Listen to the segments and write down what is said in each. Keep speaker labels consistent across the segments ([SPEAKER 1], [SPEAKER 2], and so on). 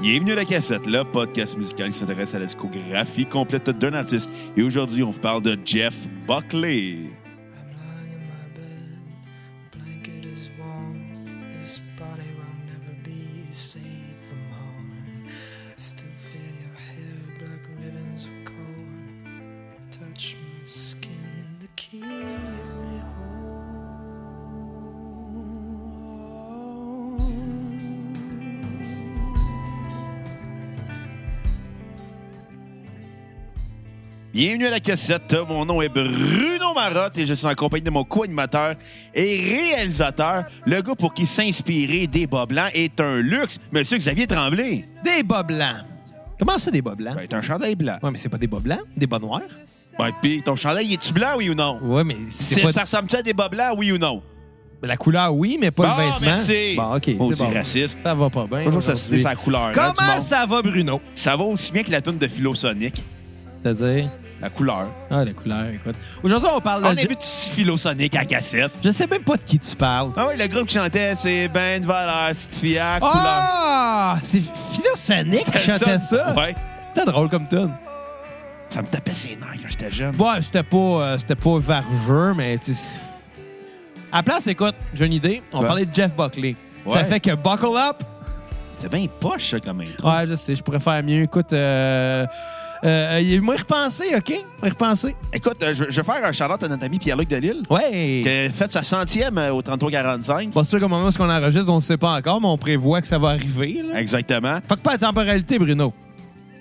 [SPEAKER 1] Bienvenue à la cassette, le podcast musical qui s'intéresse à la discographie complète d'un artiste. Et aujourd'hui, on vous parle de Jeff Buckley.
[SPEAKER 2] I'm lying in my bed. The blanket is warm. This body will never be safe from harm. I still feel your hair, black ribbons are cold. Touch my skin to keep me whole.
[SPEAKER 1] Bienvenue à la cassette, mon nom est Bruno Marotte et je suis en compagnie de mon co-animateur et réalisateur, le gars pour qui s'inspirer des bas blancs est un luxe, monsieur Xavier Tremblay.
[SPEAKER 3] Des bas blancs. Comment ça, des bas blancs?
[SPEAKER 1] Ben, t'as un chandail blanc.
[SPEAKER 3] Ouais, mais c'est pas des bas blancs, des bas noirs.
[SPEAKER 1] Ouais, pis Ben, ton chandail, est tu blanc, oui ou non?
[SPEAKER 3] Ouais, mais
[SPEAKER 1] C'est-
[SPEAKER 3] c'est pas...
[SPEAKER 1] Ça ressemble-tu à des bas blancs, oui ou non?
[SPEAKER 3] La couleur, oui, mais pas
[SPEAKER 1] Bon,
[SPEAKER 3] le vêtement.
[SPEAKER 1] merci.
[SPEAKER 3] Bon, OK, c'est
[SPEAKER 1] Maudit
[SPEAKER 3] bon.
[SPEAKER 1] raciste.
[SPEAKER 3] Ça va pas bien
[SPEAKER 1] Bonjour, ça se
[SPEAKER 3] aujourd'hui.
[SPEAKER 1] dit sa couleur. hein, du
[SPEAKER 3] Comment
[SPEAKER 1] monde.
[SPEAKER 3] ça va, Bruno?
[SPEAKER 1] Ça va aussi bien que la toune de Philosonic,
[SPEAKER 3] C'est-à-dire...
[SPEAKER 1] la couleur.
[SPEAKER 3] Ah, la couleur, écoute. Aujourd'hui, on parle
[SPEAKER 1] On a
[SPEAKER 3] de...
[SPEAKER 1] vu si Philosonic à la cassette.
[SPEAKER 3] Je sais même pas de qui tu parles.
[SPEAKER 1] Ah oui, le groupe qui chantait, c'est Ben de valeur, petite fille à la couleur.
[SPEAKER 3] Ah! C'est Philosonic Ah! qui chantait ça?
[SPEAKER 1] Ouais.
[SPEAKER 3] C'était drôle comme tune.
[SPEAKER 1] Ça me tapait ses nerfs quand j'étais jeune.
[SPEAKER 3] Ouais, c'était pas, euh, c'était pas vargeux, mais tu sais. À la place, écoute, j'ai une idée. On
[SPEAKER 1] Ouais.
[SPEAKER 3] parlait de Jeff Buckley.
[SPEAKER 1] Ouais.
[SPEAKER 3] Ça fait que buckle up.
[SPEAKER 1] C'était bien poche, ça, comme intro.
[SPEAKER 3] Ouais, je sais, je pourrais faire mieux. Écoute, euh, euh, euh, moi, repenser, OK? Moi, repenser.
[SPEAKER 1] Écoute, euh, je, je vais faire un shout-out à notre ami Pierre-Luc Delille,
[SPEAKER 3] Ouais.
[SPEAKER 1] qui a fait sa centième euh, au 33-45.
[SPEAKER 3] Pas sûr qu'au moment où on enregistre, on ne sait pas encore, mais on prévoit que ça va arriver. Là.
[SPEAKER 1] Exactement.
[SPEAKER 3] Fait que pas la temporalité, Bruno.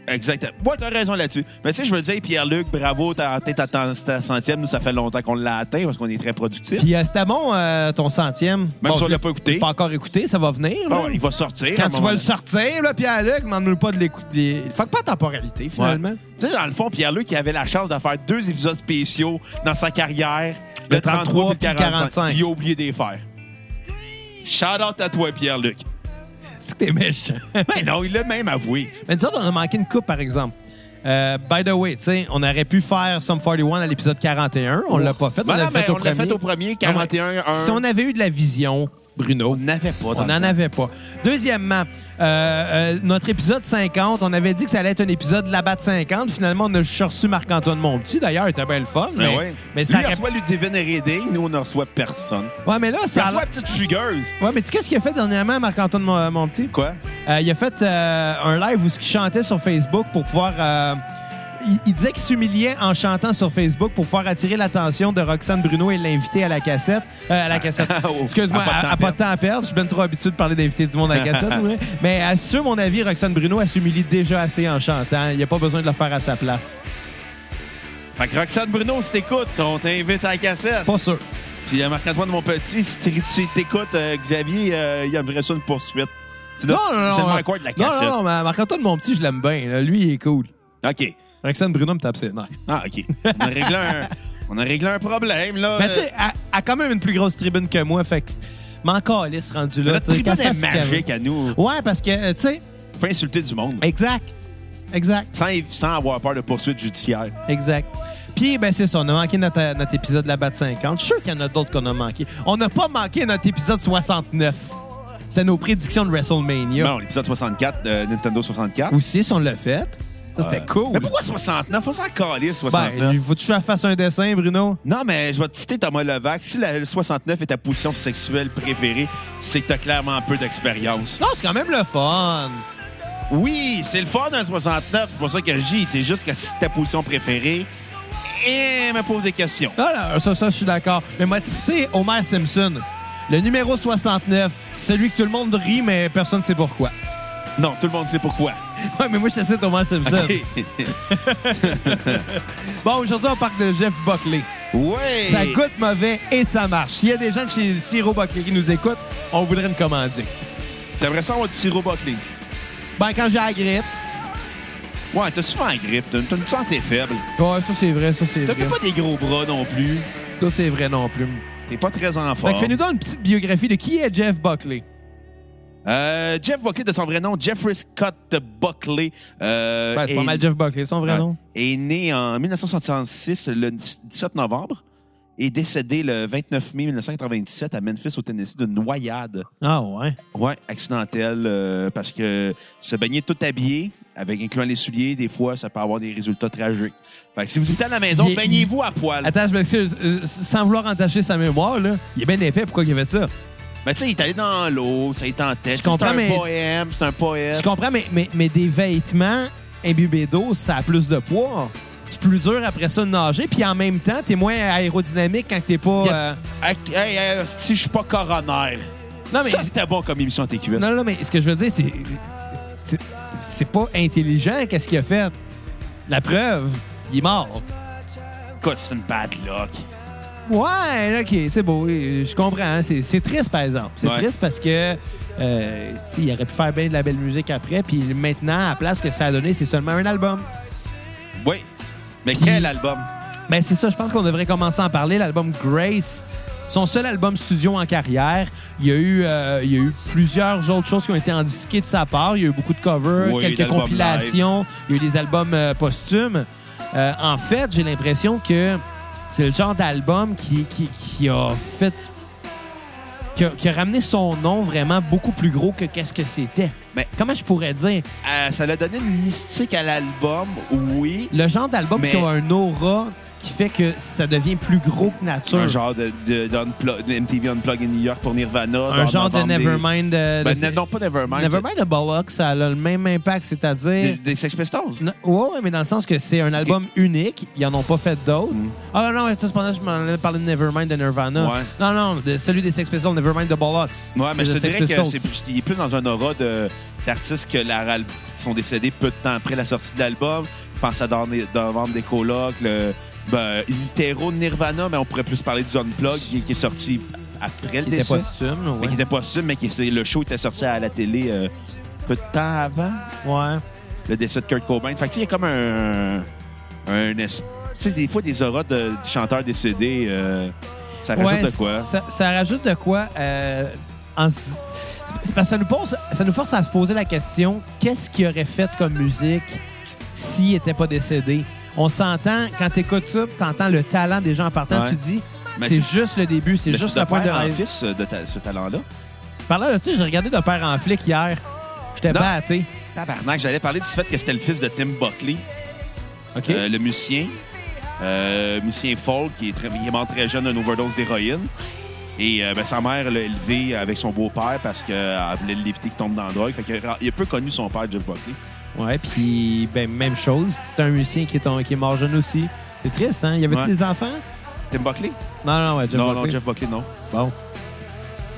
[SPEAKER 1] Exactement. Ouais, t'as raison là-dessus. Mais tu sais, je veux dire, Pierre-Luc, bravo, t'as atteint ta, ta- ta centième. Nous, ça fait longtemps qu'on l'a atteint parce qu'on est très productif.
[SPEAKER 3] Puis euh, c'était bon, euh, ton centième.
[SPEAKER 1] Même si on
[SPEAKER 3] je
[SPEAKER 1] l'a pas écouté.
[SPEAKER 3] Pas encore écouté, ça va venir. là.
[SPEAKER 1] Bon, il va sortir. à un
[SPEAKER 3] Quand tu
[SPEAKER 1] moment
[SPEAKER 3] vas le
[SPEAKER 1] donné.
[SPEAKER 3] sortir, là, Pierre-Luc, demande-nous pas de l'écouter. Fait que pas la temporalité, finalement.
[SPEAKER 1] Ouais. Tu sais, dans le fond, Pierre-Luc, il avait la chance de faire deux épisodes spéciaux dans sa carrière, le,
[SPEAKER 3] Le
[SPEAKER 1] 33 puis le
[SPEAKER 3] 33 puis le
[SPEAKER 1] 45.
[SPEAKER 3] 45.
[SPEAKER 1] Puis il a oublié de les faire. Shout-out à toi, Pierre-Luc.
[SPEAKER 3] C'est que t'es méchant.
[SPEAKER 1] Mais non, il l'a même avoué.
[SPEAKER 3] Mais nous autres, on a manqué une coupe, par exemple. Euh, by the way, tu sais, on aurait pu faire Some 41 à l'épisode 41. On l'a pas fait.
[SPEAKER 1] Ben
[SPEAKER 3] on l'a
[SPEAKER 1] non, mais
[SPEAKER 3] fait, au
[SPEAKER 1] on l'a
[SPEAKER 3] premier.
[SPEAKER 1] fait au premier, 41, un.
[SPEAKER 3] Si on avait eu de la vision, Bruno,
[SPEAKER 1] On n'avait pas.
[SPEAKER 3] on n'en avait pas. Deuxièmement, euh, euh, notre épisode 50, on avait dit que ça allait être un épisode de la batte 50. Finalement, on a juste reçu Marc-Antoine Monti. D'ailleurs, il était bien le fun. Mais,
[SPEAKER 1] Mais, ouais.
[SPEAKER 3] mais
[SPEAKER 1] Ben
[SPEAKER 3] ça
[SPEAKER 1] Lui, il reçoit
[SPEAKER 3] aurait-
[SPEAKER 1] Ludivine Hérédé, nous, on ne reçoit personne.
[SPEAKER 3] Ouais, mais là,
[SPEAKER 1] Il
[SPEAKER 3] ça. a
[SPEAKER 1] reçoit la
[SPEAKER 3] l'air-
[SPEAKER 1] petite fugueuse.
[SPEAKER 3] Ouais, mais tu sais, qu'est-ce qu'il a fait dernièrement, Marc-Antoine Mon- Monti?
[SPEAKER 1] Quoi?
[SPEAKER 3] Euh, il a fait euh, un live où il chantait sur Facebook pour pouvoir. euh, il, il disait qu'il s'humiliait en chantant sur Facebook pour pouvoir attirer l'attention de Roxane Bruno et l'inviter à la cassette. euh, à la cassette.
[SPEAKER 1] Oh,
[SPEAKER 3] Excuse-moi,
[SPEAKER 1] à pas de temps
[SPEAKER 3] à,
[SPEAKER 1] à
[SPEAKER 3] à pas de temps à perdre. Je suis bien trop habitué de parler d'inviter du monde à la cassette. oui. Mais à ce mon avis, Roxane Bruno, elle s'humilie déjà assez en chantant. Il n'y a pas besoin de le faire à sa place.
[SPEAKER 1] Fait que Roxane Bruno, si t'écoutes, on t'invite à la cassette.
[SPEAKER 3] Pas sûr.
[SPEAKER 1] Puis euh, Marc-Antoine Montpetit, si t'é- si t'écoutes, euh, Xavier, euh, il aimerait ça une poursuite. C'est
[SPEAKER 3] Non,
[SPEAKER 1] notre-
[SPEAKER 3] non, non.
[SPEAKER 1] C'est le
[SPEAKER 3] euh,
[SPEAKER 1] Mike Ward de la
[SPEAKER 3] Non,
[SPEAKER 1] cassette.
[SPEAKER 3] non, non. mais Marc-Antoine, mon petit, je l'aime bien. là. Lui, il est cool.
[SPEAKER 1] OK.
[SPEAKER 3] Roxane Bruno me tape ses nerfs.
[SPEAKER 1] Ah, OK. On a réglé un, on a réglé un problème, là.
[SPEAKER 3] Mais Ben, tu sais, elle elle a quand même une plus grosse tribune que moi, fait que m'en calisse rendu là.
[SPEAKER 1] notre
[SPEAKER 3] tu sais,
[SPEAKER 1] tribune
[SPEAKER 3] qu'elle fasse
[SPEAKER 1] est
[SPEAKER 3] ce qu'elle
[SPEAKER 1] magique à nous.
[SPEAKER 3] veut. Ouais, parce que, euh, tu sais,
[SPEAKER 1] On peut insulter du monde.
[SPEAKER 3] exact. Exact,
[SPEAKER 1] Sans, sans avoir peur de poursuites judiciaires.
[SPEAKER 3] exact. Puis, ben, c'est ça, on a manqué notre, euh, notre épisode de la Batte 50. Je suis sûr qu'il y en a d'autres qu'on a manqué. On n'a pas manqué notre épisode 69. C'était nos prédictions de WrestleMania.
[SPEAKER 1] Non, l'épisode 64, de Nintendo 64.
[SPEAKER 3] Aussi, si on l'a fait. Ça, c'était cool.
[SPEAKER 1] Euh, Mais pourquoi 69? Faut s'en caler, 69.
[SPEAKER 3] Ben, il faut-tu que je fasse un dessin, Bruno?
[SPEAKER 1] Non, mais je vais te citer Thomas Levac. Si la- le 69 est ta position sexuelle préférée, c'est que t'as clairement peu d'expérience.
[SPEAKER 3] Non, c'est quand même le fun.
[SPEAKER 1] Oui, c'est le fort d'un 69. C'est pour ça que je dis. C'est juste que c'est ta position préférée. Et me pose des questions.
[SPEAKER 3] Non, non, Ah, ça, ça, je suis d'accord. Mais m'a cité Homer Simpson. Le numéro 69, celui que tout le monde rit, mais personne ne sait pourquoi.
[SPEAKER 1] Non, tout le monde sait pourquoi.
[SPEAKER 3] Ouais, mais moi, je te cite Homer Simpson.
[SPEAKER 1] OK.
[SPEAKER 3] Bon, aujourd'hui, on parle de Jeff Buckley.
[SPEAKER 1] ouais.
[SPEAKER 3] Ça goûte mauvais et ça marche. S'il y a des gens de chez Siro Buckley qui nous écoutent, on voudrait une commandite.
[SPEAKER 1] T'aimerais ça avoir du sirop Buckley?
[SPEAKER 3] Ben, quand j'ai la grippe.
[SPEAKER 1] Ouais, t'as souvent la grippe. T'as une, t'as une santé faible.
[SPEAKER 3] Ouais, ça, c'est vrai, ça, c'est
[SPEAKER 1] T'as peut-être pas des gros bras non plus.
[SPEAKER 3] Ça, c'est vrai non plus.
[SPEAKER 1] T'es pas très en
[SPEAKER 3] Fait
[SPEAKER 1] forme.
[SPEAKER 3] que fais-nous donc une petite biographie de qui est Jeff Buckley.
[SPEAKER 1] Euh, Jeff Buckley, de son vrai nom, Jeffrey Scott Buckley. euh,
[SPEAKER 3] Ben, c'est
[SPEAKER 1] est-
[SPEAKER 3] pas mal Jeff Buckley, son vrai
[SPEAKER 1] Ouais.
[SPEAKER 3] nom.
[SPEAKER 1] Est né en 1966, le 17 novembre. est décédé le 29 mai 1997 à Memphis, au Tennessee, d'une noyade.
[SPEAKER 3] Ah ouais.
[SPEAKER 1] Ouais, accidentelle, euh, parce que se baigner tout habillé, avec incluant les souliers, des fois, ça peut avoir des résultats tragiques. Fait que si vous êtes à la maison,
[SPEAKER 3] Il est-
[SPEAKER 1] baignez-vous à poil.
[SPEAKER 3] Attends, je m'excuse. euh, sans vouloir entacher sa mémoire, là, il est bien épais. Pourquoi il avait ça?
[SPEAKER 1] Mais tu sais, il est allé dans l'eau, ça est en tête.
[SPEAKER 3] Je
[SPEAKER 1] C'est
[SPEAKER 3] comprends,
[SPEAKER 1] un
[SPEAKER 3] mais-
[SPEAKER 1] poème, c'est un poème.
[SPEAKER 3] Je comprends, mais, mais, mais des vêtements imbibés d'eau, ça a plus de poids. C'est plus dur après ça de nager. Puis en même temps, t'es moins aérodynamique quand t'es pas.
[SPEAKER 1] Yep.
[SPEAKER 3] euh,
[SPEAKER 1] Hey, hey, hey, si je suis pas coroner.
[SPEAKER 3] Non, mais.
[SPEAKER 1] Ça, c'était bon comme émission à TQS.
[SPEAKER 3] Non, non, mais ce que je veux dire, c'est. c'est- C'est pas intelligent, qu'est-ce qu'il a fait. La preuve, il est mort.
[SPEAKER 1] Écoute, c'est une bad luck.
[SPEAKER 3] Ouais, ok, c'est beau. euh, Je comprends. hein, C'est c'est triste, par exemple. C'est
[SPEAKER 1] Ouais.
[SPEAKER 3] triste parce que. euh, tu sais, il aurait pu faire bien de la belle musique après, puis maintenant, à la place que ça a donné, c'est seulement un album.
[SPEAKER 1] Oui. Mais quel album?
[SPEAKER 3] Ben c'est ça, je pense qu'on devrait commencer à en parler. L'album Grace, son seul album studio en carrière. Il y a eu, euh, il y a eu plusieurs autres choses qui ont été endisquées de sa part. Il y a eu beaucoup de covers,
[SPEAKER 1] Oui,
[SPEAKER 3] quelques
[SPEAKER 1] d'albums
[SPEAKER 3] compilations. Il y a eu des albums euh, posthumes. Euh, en fait, j'ai l'impression que c'est le genre d'album qui, qui, qui a fait... Qui a, qui a ramené son nom vraiment beaucoup plus gros que qu'est-ce que c'était.
[SPEAKER 1] Mais-
[SPEAKER 3] Comment je pourrais dire?
[SPEAKER 1] Euh, ça l'a donné une mystique à l'album, oui.
[SPEAKER 3] Le genre d'album
[SPEAKER 1] Mais-
[SPEAKER 3] qui a un aura qui fait que ça devient plus gros que nature.
[SPEAKER 1] Un genre de, de, d'unplug- de MTV Unplug in New York pour Nirvana.
[SPEAKER 3] un
[SPEAKER 1] dans
[SPEAKER 3] genre de
[SPEAKER 1] novembre des-
[SPEAKER 3] Nevermind. de-
[SPEAKER 1] Ben,
[SPEAKER 3] de-
[SPEAKER 1] ne- non, pas Nevermind.
[SPEAKER 3] Nevermind de Bollock, ça a le même impact,
[SPEAKER 1] Des,
[SPEAKER 3] c'est-à-dire.
[SPEAKER 1] des Sex Pistols.
[SPEAKER 3] Non, Ouais, ouais, mais dans le sens que c'est un album unique, ils en ont pas fait d'autres. Ah non, tout cependant, je m'en allais parler de Nevermind de Nirvana.
[SPEAKER 1] Mm. Ouais.
[SPEAKER 3] Non, non, de celui des Sex Pistols, Nevermind de Bollocks.
[SPEAKER 1] Ouais, mais je
[SPEAKER 3] De
[SPEAKER 1] te
[SPEAKER 3] Sex
[SPEAKER 1] dirais que
[SPEAKER 3] Pistols.
[SPEAKER 1] c'est plus, il est plus dans un aura de, d'artistes que la, ral- sont décédés peu de temps après la sortie de l'album. Je pense à dans, dans Vendre des colocs, le ben, Utero de Nirvana, mais on pourrait plus parler du Unplug qui, qui est sorti après le
[SPEAKER 3] Qui était
[SPEAKER 1] décès.
[SPEAKER 3] posthume, ouais.
[SPEAKER 1] Mais qui était pas sûr, mais qui, c'est- le show était sorti à la télé euh, peu de temps avant
[SPEAKER 3] Ouais.
[SPEAKER 1] le décès de Kurt Cobain. Fait que, tu sais, il y a comme un. un es- tu sais, des fois, des auras de, de chanteurs décédés, euh, ça rajoute
[SPEAKER 3] Ouais,
[SPEAKER 1] de quoi?
[SPEAKER 3] Ça, ça rajoute de quoi euh, en se- c'est parce que ça nous, pose, ça nous force à se poser la question qu'est-ce qu'il aurait fait comme musique s'il n'était pas décédé On s'entend, quand tu écoutes ça, tu entends le talent des gens en partant,
[SPEAKER 1] Ouais.
[SPEAKER 3] tu dis
[SPEAKER 1] Mais
[SPEAKER 3] c'est
[SPEAKER 1] c'est-
[SPEAKER 3] juste le début, c'est
[SPEAKER 1] Mais
[SPEAKER 3] juste
[SPEAKER 1] de
[SPEAKER 3] la pointe de
[SPEAKER 1] père en
[SPEAKER 3] rêve.
[SPEAKER 1] fils euh, de ta- ce talent-là.
[SPEAKER 3] Parlant de ça, j'ai regardé de père en flic hier. J'étais
[SPEAKER 1] Non.
[SPEAKER 3] batté.
[SPEAKER 1] Tabarnak, j'allais parler du fait que c'était le fils de Tim Buckley,
[SPEAKER 3] OK.
[SPEAKER 1] euh, le musicien. Euh, musicien folk, qui est, très, il est mort très jeune d'une overdose d'héroïne. Et euh, ben, sa mère l'a élevé avec son beau-père parce qu'elle voulait l'éviter qu'il tombe dans la drogue. Fait que, il a peu connu son père, Jeff Buckley.
[SPEAKER 3] Ouais, puis ben, même chose, c'est un musicien qui est, ton- qui est mort jeune aussi. C'est triste, hein Y avait-tu
[SPEAKER 1] Ouais.
[SPEAKER 3] des enfants
[SPEAKER 1] Tim Buckley?
[SPEAKER 3] Non, non, ouais, Jeff
[SPEAKER 1] non, non,
[SPEAKER 3] Buckley.
[SPEAKER 1] Jeff Buckley, non.
[SPEAKER 3] Bon.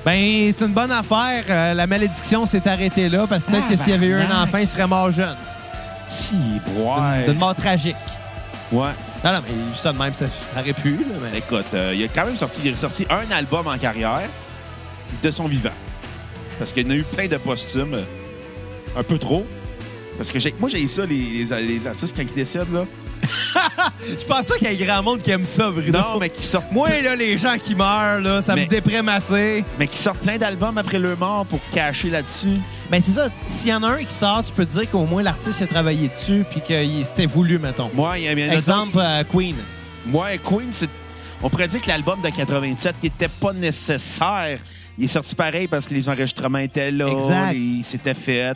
[SPEAKER 3] Ben, c'est une bonne affaire. Euh, la malédiction s'est arrêtée là parce que peut-être que s'il y avait eu un
[SPEAKER 1] Tabarnak.
[SPEAKER 3] enfant, il serait mort jeune.
[SPEAKER 1] Si,
[SPEAKER 3] D'une mort tragique.
[SPEAKER 1] Ouais.
[SPEAKER 3] Non, non, mais juste ça de même, ça, ça aurait pu. Là, mais...
[SPEAKER 1] Écoute, euh, il a quand même sorti, il a sorti un album en carrière de son vivant. Parce qu'il y en a eu plein de posthumes. euh, Un peu trop. Parce que j'ai- moi, j'ai ça, les, les, les artistes, quand ils décèdent, là.
[SPEAKER 3] Je pense pas qu'il y ait grand monde qui aime ça, Bruno.
[SPEAKER 1] Non, mais qui sortent,
[SPEAKER 3] Moi, là, les gens qui meurent, là, ça
[SPEAKER 1] Mais-
[SPEAKER 3] me déprime assez.
[SPEAKER 1] mais qui sortent plein d'albums après leur mort pour cacher là-dessus.
[SPEAKER 3] Ben, c'est ça. S'il y en a un qui sort, tu peux te dire qu'au moins l'artiste a travaillé dessus puis qu'il s'était voulu, mettons.
[SPEAKER 1] Moi, il y a bien
[SPEAKER 3] Exemple, euh, Queen.
[SPEAKER 1] Moi, Queen, c'est- on pourrait dire que l'album de 87, qui n'était pas nécessaire, il est sorti pareil parce que les enregistrements étaient là,
[SPEAKER 3] Exact.
[SPEAKER 1] les- c'était fait.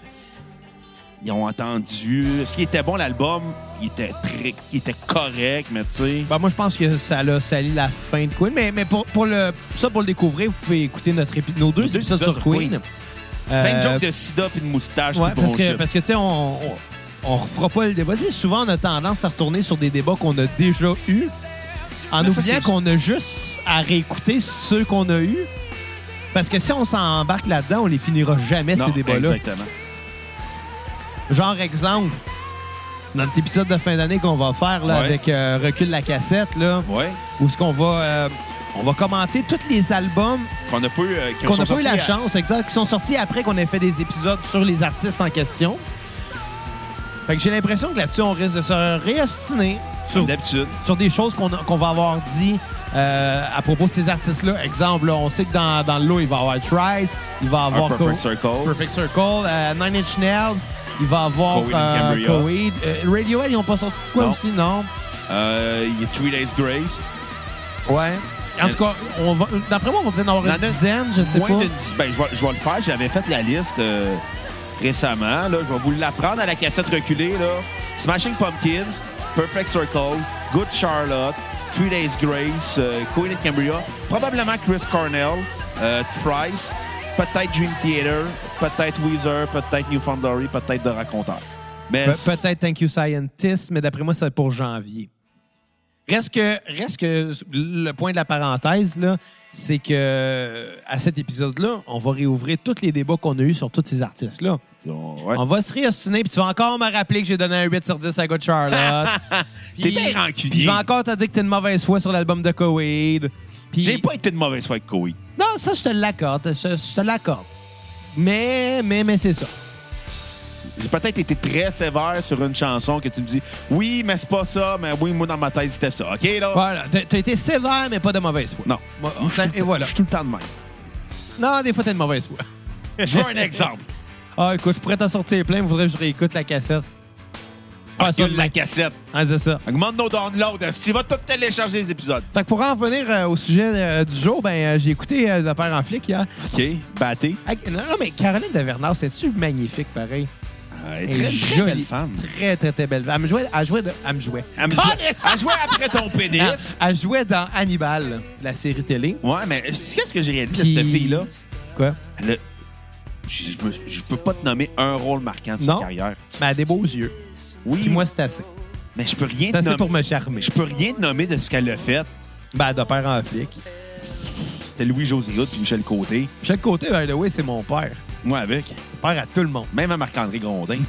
[SPEAKER 1] Ils ont entendu. Ce qui était bon, l'album, il était très, il était correct, mais tu sais.
[SPEAKER 3] Ben, moi, je pense que ça l'a sali la fin de Queen. Mais, mais pour, pour le, ça, pour le découvrir, vous pouvez écouter notre épi- nos deux
[SPEAKER 1] Nos deux
[SPEAKER 3] épisodes
[SPEAKER 1] épisodes
[SPEAKER 3] sur,
[SPEAKER 1] sur
[SPEAKER 3] Queen.
[SPEAKER 1] Queen.
[SPEAKER 3] Euh,
[SPEAKER 1] Plein de jokes de sida puis de moustache.
[SPEAKER 3] ouais,
[SPEAKER 1] puis de
[SPEAKER 3] parce que,
[SPEAKER 1] bronchite.
[SPEAKER 3] parce que, tu sais, on, on, on refera pas le débat. Tu sais, souvent, on a tendance à retourner sur des débats qu'on a déjà eus en
[SPEAKER 1] Mais Ben, ça,
[SPEAKER 3] oubliant
[SPEAKER 1] c'est-
[SPEAKER 3] qu'on a juste à réécouter ceux qu'on a eus. Parce que si on s'embarque là-dedans, on les finira jamais,
[SPEAKER 1] Non,
[SPEAKER 3] ces débats-là.
[SPEAKER 1] Exactement.
[SPEAKER 3] Genre exemple, notre épisode de fin d'année qu'on va faire là,
[SPEAKER 1] Ouais.
[SPEAKER 3] avec euh, Recul la cassette, là,
[SPEAKER 1] Ouais.
[SPEAKER 3] où ce qu'on va, euh, on va commenter tous les albums
[SPEAKER 1] Qu'on a pas eu, euh, qui
[SPEAKER 3] qu'on
[SPEAKER 1] sont
[SPEAKER 3] n'a pas
[SPEAKER 1] sortis
[SPEAKER 3] eu la
[SPEAKER 1] à-
[SPEAKER 3] chance, exact, qui sont sortis après qu'on ait fait des épisodes sur les artistes en question. Fait que j'ai l'impression que là-dessus, on risque de se réostiner
[SPEAKER 1] comme
[SPEAKER 3] sur,
[SPEAKER 1] d'habitude.
[SPEAKER 3] sur des choses qu'on a- qu'on va avoir dit euh, à propos de ces artistes-là. Exemple, là, on sait que dans, dans le lot, il va y avoir Trice, il va y
[SPEAKER 1] Un
[SPEAKER 3] avoir
[SPEAKER 1] Perfect
[SPEAKER 3] Co-
[SPEAKER 1] Circle.
[SPEAKER 3] Perfect Circle, euh, Nine Inch Nails, il va y avoir Euh,
[SPEAKER 1] Coheed and Cambria.
[SPEAKER 3] Coheed. Euh, Radiohead, ils n'ont pas sorti de quoi
[SPEAKER 1] Non.
[SPEAKER 3] aussi, non?
[SPEAKER 1] Euh, il y a Three Days Grace.
[SPEAKER 3] Ouais. En tout cas, on va- d'après moi, on va peut-être en avoir une
[SPEAKER 1] Dans
[SPEAKER 3] dizaine, je sais
[SPEAKER 1] moins
[SPEAKER 3] pas.
[SPEAKER 1] d'une dizaine. Ben, je, vais, je vais le faire. J'avais fait la liste euh, récemment. Là. Je vais vous l'apprendre à la cassette reculée. Là. Smashing Pumpkins, Perfect Circle, Good Charlotte, Three Days Grace, euh, Queen of Cambria, probablement Chris Cornell, euh, Thrice, peut-être Dream Theater, peut-être Weezer, peut-être New Found Glory, peut-être The Raconteur. Mais
[SPEAKER 3] Pe- peut-être Thank You Scientist, mais d'après moi, c'est pour janvier. Reste que, reste que le point de la parenthèse, là, c'est que à cet épisode-là, on va réouvrir tous les débats qu'on a eus sur tous ces artistes-là.
[SPEAKER 1] Ouais.
[SPEAKER 3] On va se réostiner, puis tu vas encore me rappeler que j'ai donné un 8 sur 10 à Good Charlotte.
[SPEAKER 1] T'es
[SPEAKER 3] Puis-
[SPEAKER 1] bien rancunier.
[SPEAKER 3] Puis je vais encore te dire que t'es une mauvaise foi sur l'album de Coed. Puis-
[SPEAKER 1] J'ai pas été de mauvaise foi avec Koei.
[SPEAKER 3] Non, ça, je te l'accorde. Je, je te l'accorde. Mais, mais, mais c'est ça.
[SPEAKER 1] J'ai peut-être été très sévère sur une chanson que tu me dis Oui, mais c'est pas ça, mais oui, moi dans ma tête c'était ça. OK là?
[SPEAKER 3] Voilà. T'as t'as été sévère, mais pas de mauvaise foi.
[SPEAKER 1] Non.
[SPEAKER 3] Bon,
[SPEAKER 1] Moi, ben, je suis tout-
[SPEAKER 3] et voilà.
[SPEAKER 1] Je suis tout le temps de même.
[SPEAKER 3] Non, des fois, t'es de mauvaise foi.
[SPEAKER 1] Je veux un exemple.
[SPEAKER 3] Ah, écoute, je pourrais t'en sortir plein, mais faudrait que je réécoute la cassette. Ah, ça,
[SPEAKER 1] Recule la
[SPEAKER 3] demain.
[SPEAKER 1] cassette.
[SPEAKER 3] Ah, c'est ça.
[SPEAKER 1] Augmente nos downloads. Si tu vas tout télécharger les épisodes.
[SPEAKER 3] Fait que pour en revenir euh, au sujet euh, du jour, ben, euh, j'ai écouté euh, Le Père en flic hier.
[SPEAKER 1] OK. Batté.
[SPEAKER 3] Ah, Non, non, mais Caroline de Vernard, c'est-tu magnifique, pareil?
[SPEAKER 1] Ah, Elle est
[SPEAKER 3] Elle est
[SPEAKER 1] très, très
[SPEAKER 3] jolie.
[SPEAKER 1] belle femme.
[SPEAKER 3] Très, très, très belle. Elle me jouait, elle jouait, de- elle me jouait.
[SPEAKER 1] Elle me jouait, elle jouait après ton
[SPEAKER 3] Elle,
[SPEAKER 1] pénis.
[SPEAKER 3] elle jouait dans Hannibal, la série télé.
[SPEAKER 1] Ah. Ouais, mais qu'est-ce que j'ai réalisé
[SPEAKER 3] Puis-
[SPEAKER 1] de cette fille-là?
[SPEAKER 3] Quoi?
[SPEAKER 1] Elle a- Je, je me- je peux pas te nommer un rôle marquant de
[SPEAKER 3] Non.
[SPEAKER 1] sa carrière.
[SPEAKER 3] Mais elle a des beaux yeux.
[SPEAKER 1] Oui,
[SPEAKER 3] Puis moi, c'est assez.
[SPEAKER 1] mais je peux rien
[SPEAKER 3] C'est
[SPEAKER 1] te
[SPEAKER 3] assez
[SPEAKER 1] nommer.
[SPEAKER 3] pour me charmer.
[SPEAKER 1] Je peux rien te nommer de ce qu'elle a fait.
[SPEAKER 3] Ben, de père en flic.
[SPEAKER 1] C'était Louis-José Hood puis Michel Côté.
[SPEAKER 3] Chaque côté, by the way, c'est mon père.
[SPEAKER 1] Moi avec.
[SPEAKER 3] Père à tout le monde.
[SPEAKER 1] Même à Marc-André Grondin.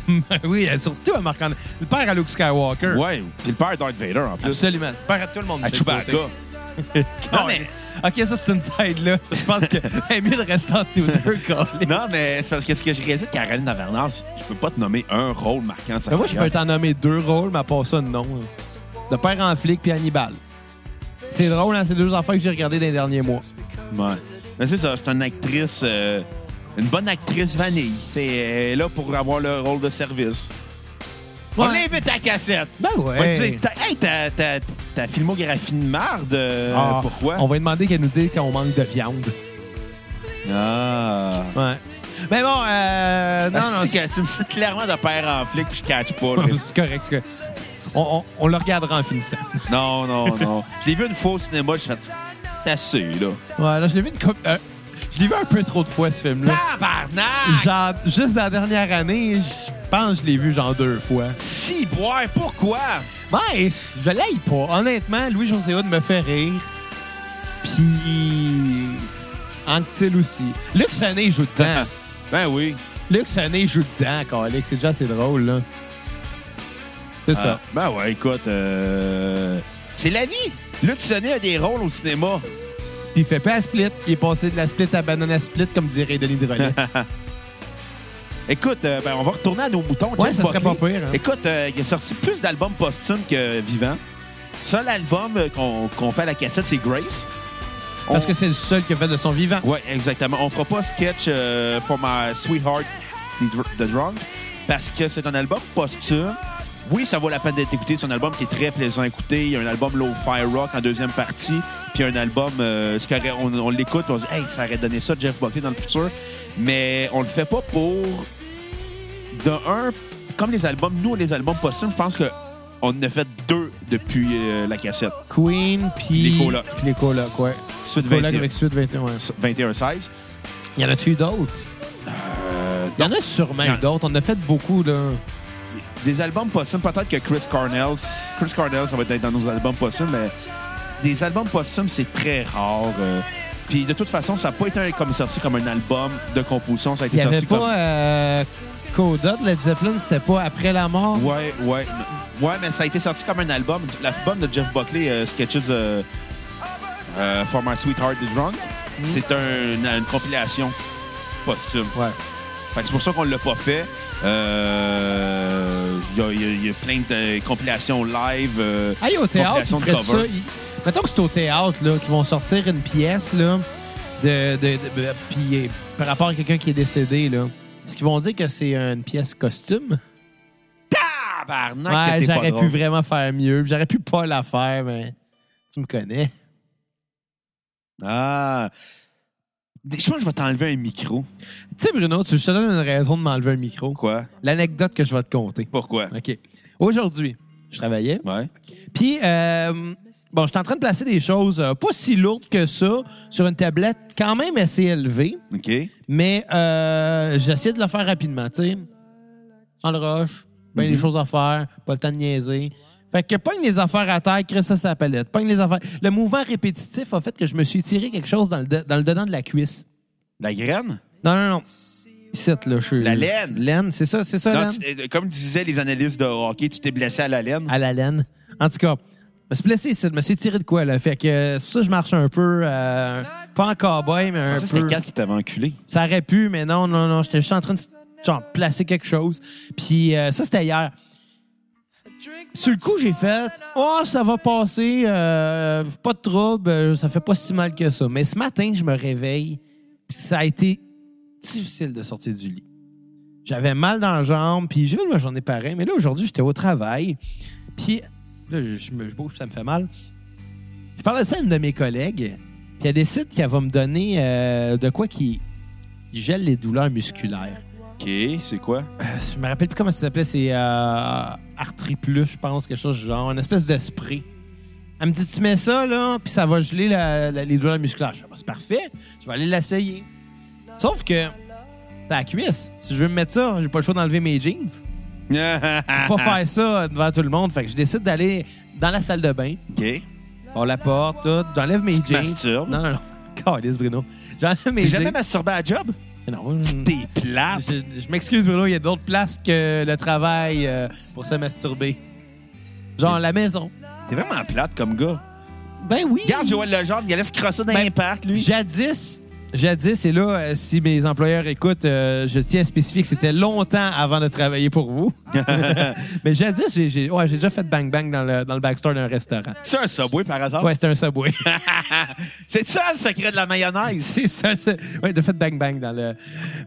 [SPEAKER 3] oui, surtout à Marc-André. Le père à Luke Skywalker.
[SPEAKER 1] ouais. Puis le père Darth Vader en plus.
[SPEAKER 3] Absolument. Le père à tout le monde.
[SPEAKER 1] À
[SPEAKER 3] Michel Côté.
[SPEAKER 1] Chewbacca.
[SPEAKER 3] Non, mais... OK, ça, c'est une side-là. Je pense que est mieux de rester entre nous deux, Colin.
[SPEAKER 1] Non, mais c'est parce que ce que j'ai réalisé de Caroline Davernard, c'est que je peux pas te nommer un rôle marquant de sa
[SPEAKER 3] Mais moi, je peux
[SPEAKER 1] carrière.
[SPEAKER 3] t'en nommer deux rôles, mais à part ça, non. De père en flic puis Hannibal. C'est drôle, hein? C'est deux affaires que j'ai regardées dans les derniers mois.
[SPEAKER 1] Ouais. Mais c'est ça, c'est une actrice, euh, une bonne actrice vanille. C'est elle est là pour avoir le rôle de service. On
[SPEAKER 3] Ouais.
[SPEAKER 1] l'invite à la cassette.
[SPEAKER 3] Ben
[SPEAKER 1] On va
[SPEAKER 3] ouais.
[SPEAKER 1] dire, t'as- hey, ta, ta, ta filmographie de marde, euh,
[SPEAKER 3] Ah,
[SPEAKER 1] pourquoi?
[SPEAKER 3] On va lui demander qu'elle nous dise qu'on manque de viande.
[SPEAKER 1] Ah.
[SPEAKER 3] Ouais. Mais bon, euh, non, non,
[SPEAKER 1] Asti que tu me cites clairement de père en flic, puis je catch pas. là.
[SPEAKER 3] c'est correct. c'est correct. On, on- on le regardera en finissant.
[SPEAKER 1] non, non, non. Je l'ai vu une fois au cinéma, j'ai fait, c'est assez, là.
[SPEAKER 3] Ouais, là, je l'ai vu une couple- euh, je l'ai vu un peu trop de fois, ce film-là.
[SPEAKER 1] Tabarnak!
[SPEAKER 3] Genre, juste la dernière année, je pense que je l'ai vu genre deux fois.
[SPEAKER 1] Si, boire, pourquoi?
[SPEAKER 3] Ouais, je l'aille pas. Honnêtement, Louis-José Hood me fait rire. Puis. Anctil aussi. Luc Sonnet joue dedans.
[SPEAKER 1] Ben oui.
[SPEAKER 3] Luc Sonnet joue dedans, Calix. C'est déjà assez drôle, là. C'est
[SPEAKER 1] Ah,
[SPEAKER 3] ça.
[SPEAKER 1] ben ouais, écoute, euh, c'est la vie. Luc Sonnet a des rôles au cinéma.
[SPEAKER 3] Puis il fait pas à split. Il est passé de la split à banana split, comme dirait Denis Drolet.
[SPEAKER 1] Écoute, euh, ben, on va retourner à nos moutons.
[SPEAKER 3] Ouais,
[SPEAKER 1] Jeff
[SPEAKER 3] ça serait
[SPEAKER 1] Buckley.
[SPEAKER 3] pas pire, hein.
[SPEAKER 1] Écoute, euh, il a sorti plus d'albums posthumes que vivants. Seul album euh, qu'on qu'on fait à la cassette, c'est Grace. On-
[SPEAKER 3] Parce que c'est le seul qui a fait de son vivant.
[SPEAKER 1] Ouais, exactement. On fera pas sketch euh, for my sweetheart the Dr- the drunk parce que c'est un album posthume. Oui, ça vaut la peine d'être écouté. C'est un album qui est très plaisant à écouter. Il y a un album Low Fire Rock en deuxième partie, puis un album euh, ce qu'aurait- on, on l'écoute, on se dit hey, ça aurait donné ça Jeff Buckley dans le futur, mais on le fait pas pour de un comme les albums, nous les albums posthumes, je pense que on en a fait deux depuis euh, la cassette.
[SPEAKER 3] Queen, puis.
[SPEAKER 1] Les colocs.
[SPEAKER 3] Puis les colocs, ouais.
[SPEAKER 1] Suite
[SPEAKER 3] Colocs
[SPEAKER 1] 21.
[SPEAKER 3] avec suite 21. ouais.
[SPEAKER 1] 21-16.
[SPEAKER 3] Il y en a-tu eu d'autres?
[SPEAKER 1] Euh,
[SPEAKER 3] Il y en a sûrement eu d'autres. On en a fait beaucoup, là.
[SPEAKER 1] des albums posthumes, peut-être que Chris Cornell, Chris Cornell, ça va être dans nos albums posthumes, mais des albums posthumes, c'est très rare. euh. Puis de toute façon, ça n'a pas été un- comme sorti comme un album de composition, ça a
[SPEAKER 3] Il
[SPEAKER 1] été
[SPEAKER 3] n'y
[SPEAKER 1] sorti
[SPEAKER 3] avait pas euh, Coda de Led Zeppelin, c'était pas après la mort.
[SPEAKER 1] comme. Ouais, ouais. n- Ouais, mais ça a été sorti comme un album. L'album de Jeff Buckley, euh, Sketches euh, euh, For My Sweetheart is Drunk,
[SPEAKER 3] Mm.
[SPEAKER 1] c'est un- une compilation posthume.
[SPEAKER 3] Ouais.
[SPEAKER 1] Fait que c'est pour ça qu'on l'a pas fait. Euh, Il y a- il y, a- il y a plein de compilations live. euh,
[SPEAKER 3] Hey, au théâtre,
[SPEAKER 1] compilations
[SPEAKER 3] ils
[SPEAKER 1] de
[SPEAKER 3] feraient ça.
[SPEAKER 1] covers.
[SPEAKER 3] ils- Mettons que c'est au théâtre là, qu'ils vont sortir une pièce là, de, de- de- de- puis, euh, par rapport à quelqu'un qui est décédé. là. Est-ce qu'ils vont dire que c'est une pièce costume?
[SPEAKER 1] Tabarnak, que
[SPEAKER 3] Ouais,
[SPEAKER 1] t'es pas
[SPEAKER 3] j'aurais pu
[SPEAKER 1] drôle.
[SPEAKER 3] vraiment faire mieux. J'aurais pu pas la faire, mais tu me connais.
[SPEAKER 1] Ah. Je pense que je vais t'enlever un micro.
[SPEAKER 3] Tu sais, Bruno, tu, je te donne une raison de m'enlever un micro.
[SPEAKER 1] Quoi?
[SPEAKER 3] L'anecdote que je vais te conter.
[SPEAKER 1] Pourquoi?
[SPEAKER 3] OK. Aujourd'hui, je travaillais.
[SPEAKER 1] Ouais.
[SPEAKER 3] Puis, euh, bon, j'étais en train de placer des choses euh, pas si lourdes que ça sur une tablette quand même assez élevée,
[SPEAKER 1] OK.
[SPEAKER 3] mais euh, j'essayais de le faire rapidement, tu sais. Dans le rush, ben
[SPEAKER 1] Mhm.
[SPEAKER 3] des choses à faire, pas le temps de niaiser. Fait que pogne les affaires à terre, crée ça sur la palette, pogne les affaires. Le mouvement répétitif a fait que je me suis tiré quelque chose dans le, de- dans le dedans de la cuisse.
[SPEAKER 1] La graine?
[SPEAKER 3] Non, non, non. Ici, là, je suis-
[SPEAKER 1] La laine.
[SPEAKER 3] Laine, c'est ça, c'est ça,
[SPEAKER 1] Non,
[SPEAKER 3] laine.
[SPEAKER 1] tu- euh, comme disaient les analystes de hockey, tu t'es blessé à la laine.
[SPEAKER 3] à la laine. En tout cas, je me suis blessé ici, je me suis tiré de quoi, là. Fait que euh, c'est pour ça que je marche un peu, euh, pas en cowboy, mais un
[SPEAKER 1] Ah, ça, c'était
[SPEAKER 3] peu.
[SPEAKER 1] Kat qui t'avait enculé.
[SPEAKER 3] Ça aurait pu, mais non, non, non. J'étais juste en train de genre, placer quelque chose. Puis euh, ça, c'était hier. Sur le coup, j'ai fait Oh, ça va passer, euh, pas de trouble, euh, ça fait pas si mal que ça. Mais ce matin, je me réveille, puis ça a été difficile de sortir du lit. J'avais mal dans la jambe, puis j'ai vu ma journée pareil. Mais là, aujourd'hui, j'étais au travail, puis là, je, je me je bouge, ça me fait mal. Je parlais de ça à une de mes collègues, puis elle décide qu'elle va me donner euh, de quoi qui gèle les douleurs musculaires.
[SPEAKER 1] OK, c'est quoi?
[SPEAKER 3] Euh, je me rappelle plus comment ça s'appelait. C'est euh, Artri Plus, je pense, quelque chose du genre. Une espèce de spray. Elle me dit, tu mets ça, là, puis ça va geler la- la- les douleurs musculaires. Je dis, Ah, bah, c'est parfait. Je vais aller l'essayer. Sauf que, c'est à la cuisse. Si je veux me mettre ça, j'ai pas le choix d'enlever mes jeans. Faut pas faire ça devant tout le monde. Fait que je décide d'aller dans la salle de bain.
[SPEAKER 1] OK.
[SPEAKER 3] On la porte, tout. J'enlève mes
[SPEAKER 1] Tu te
[SPEAKER 3] jeans.
[SPEAKER 1] masturbes?
[SPEAKER 3] Non, non, non. Calisse, Bruno. J'enlève mes
[SPEAKER 1] T'es
[SPEAKER 3] jeans.
[SPEAKER 1] jamais masturbé à la job?
[SPEAKER 3] Non.
[SPEAKER 1] T'es plate.
[SPEAKER 3] Ah. Je, je m'excuse, Bruno, il y a d'autres places que le travail euh, pour se masturber. Genre la maison.
[SPEAKER 1] T'es vraiment plate comme gars.
[SPEAKER 3] Ben oui.
[SPEAKER 1] Regarde Joël Legendre, il allait se crosser dans
[SPEAKER 3] Ben,
[SPEAKER 1] un parc, lui.
[SPEAKER 3] Jadis, jadis, et là, euh, si mes employeurs écoutent, euh, je tiens à spécifier que c'était longtemps avant de travailler pour vous. Mais jadis, j'ai j'ai- ouais, j'ai déjà fait bang-bang dans le, dans le backstore d'un restaurant.
[SPEAKER 1] C'est un subway par hasard?
[SPEAKER 3] Ouais, c'était un subway.
[SPEAKER 1] C'est ça le secret de la mayonnaise?
[SPEAKER 3] C'est ça. c'est- Ouais, de fait, bang bang dans le.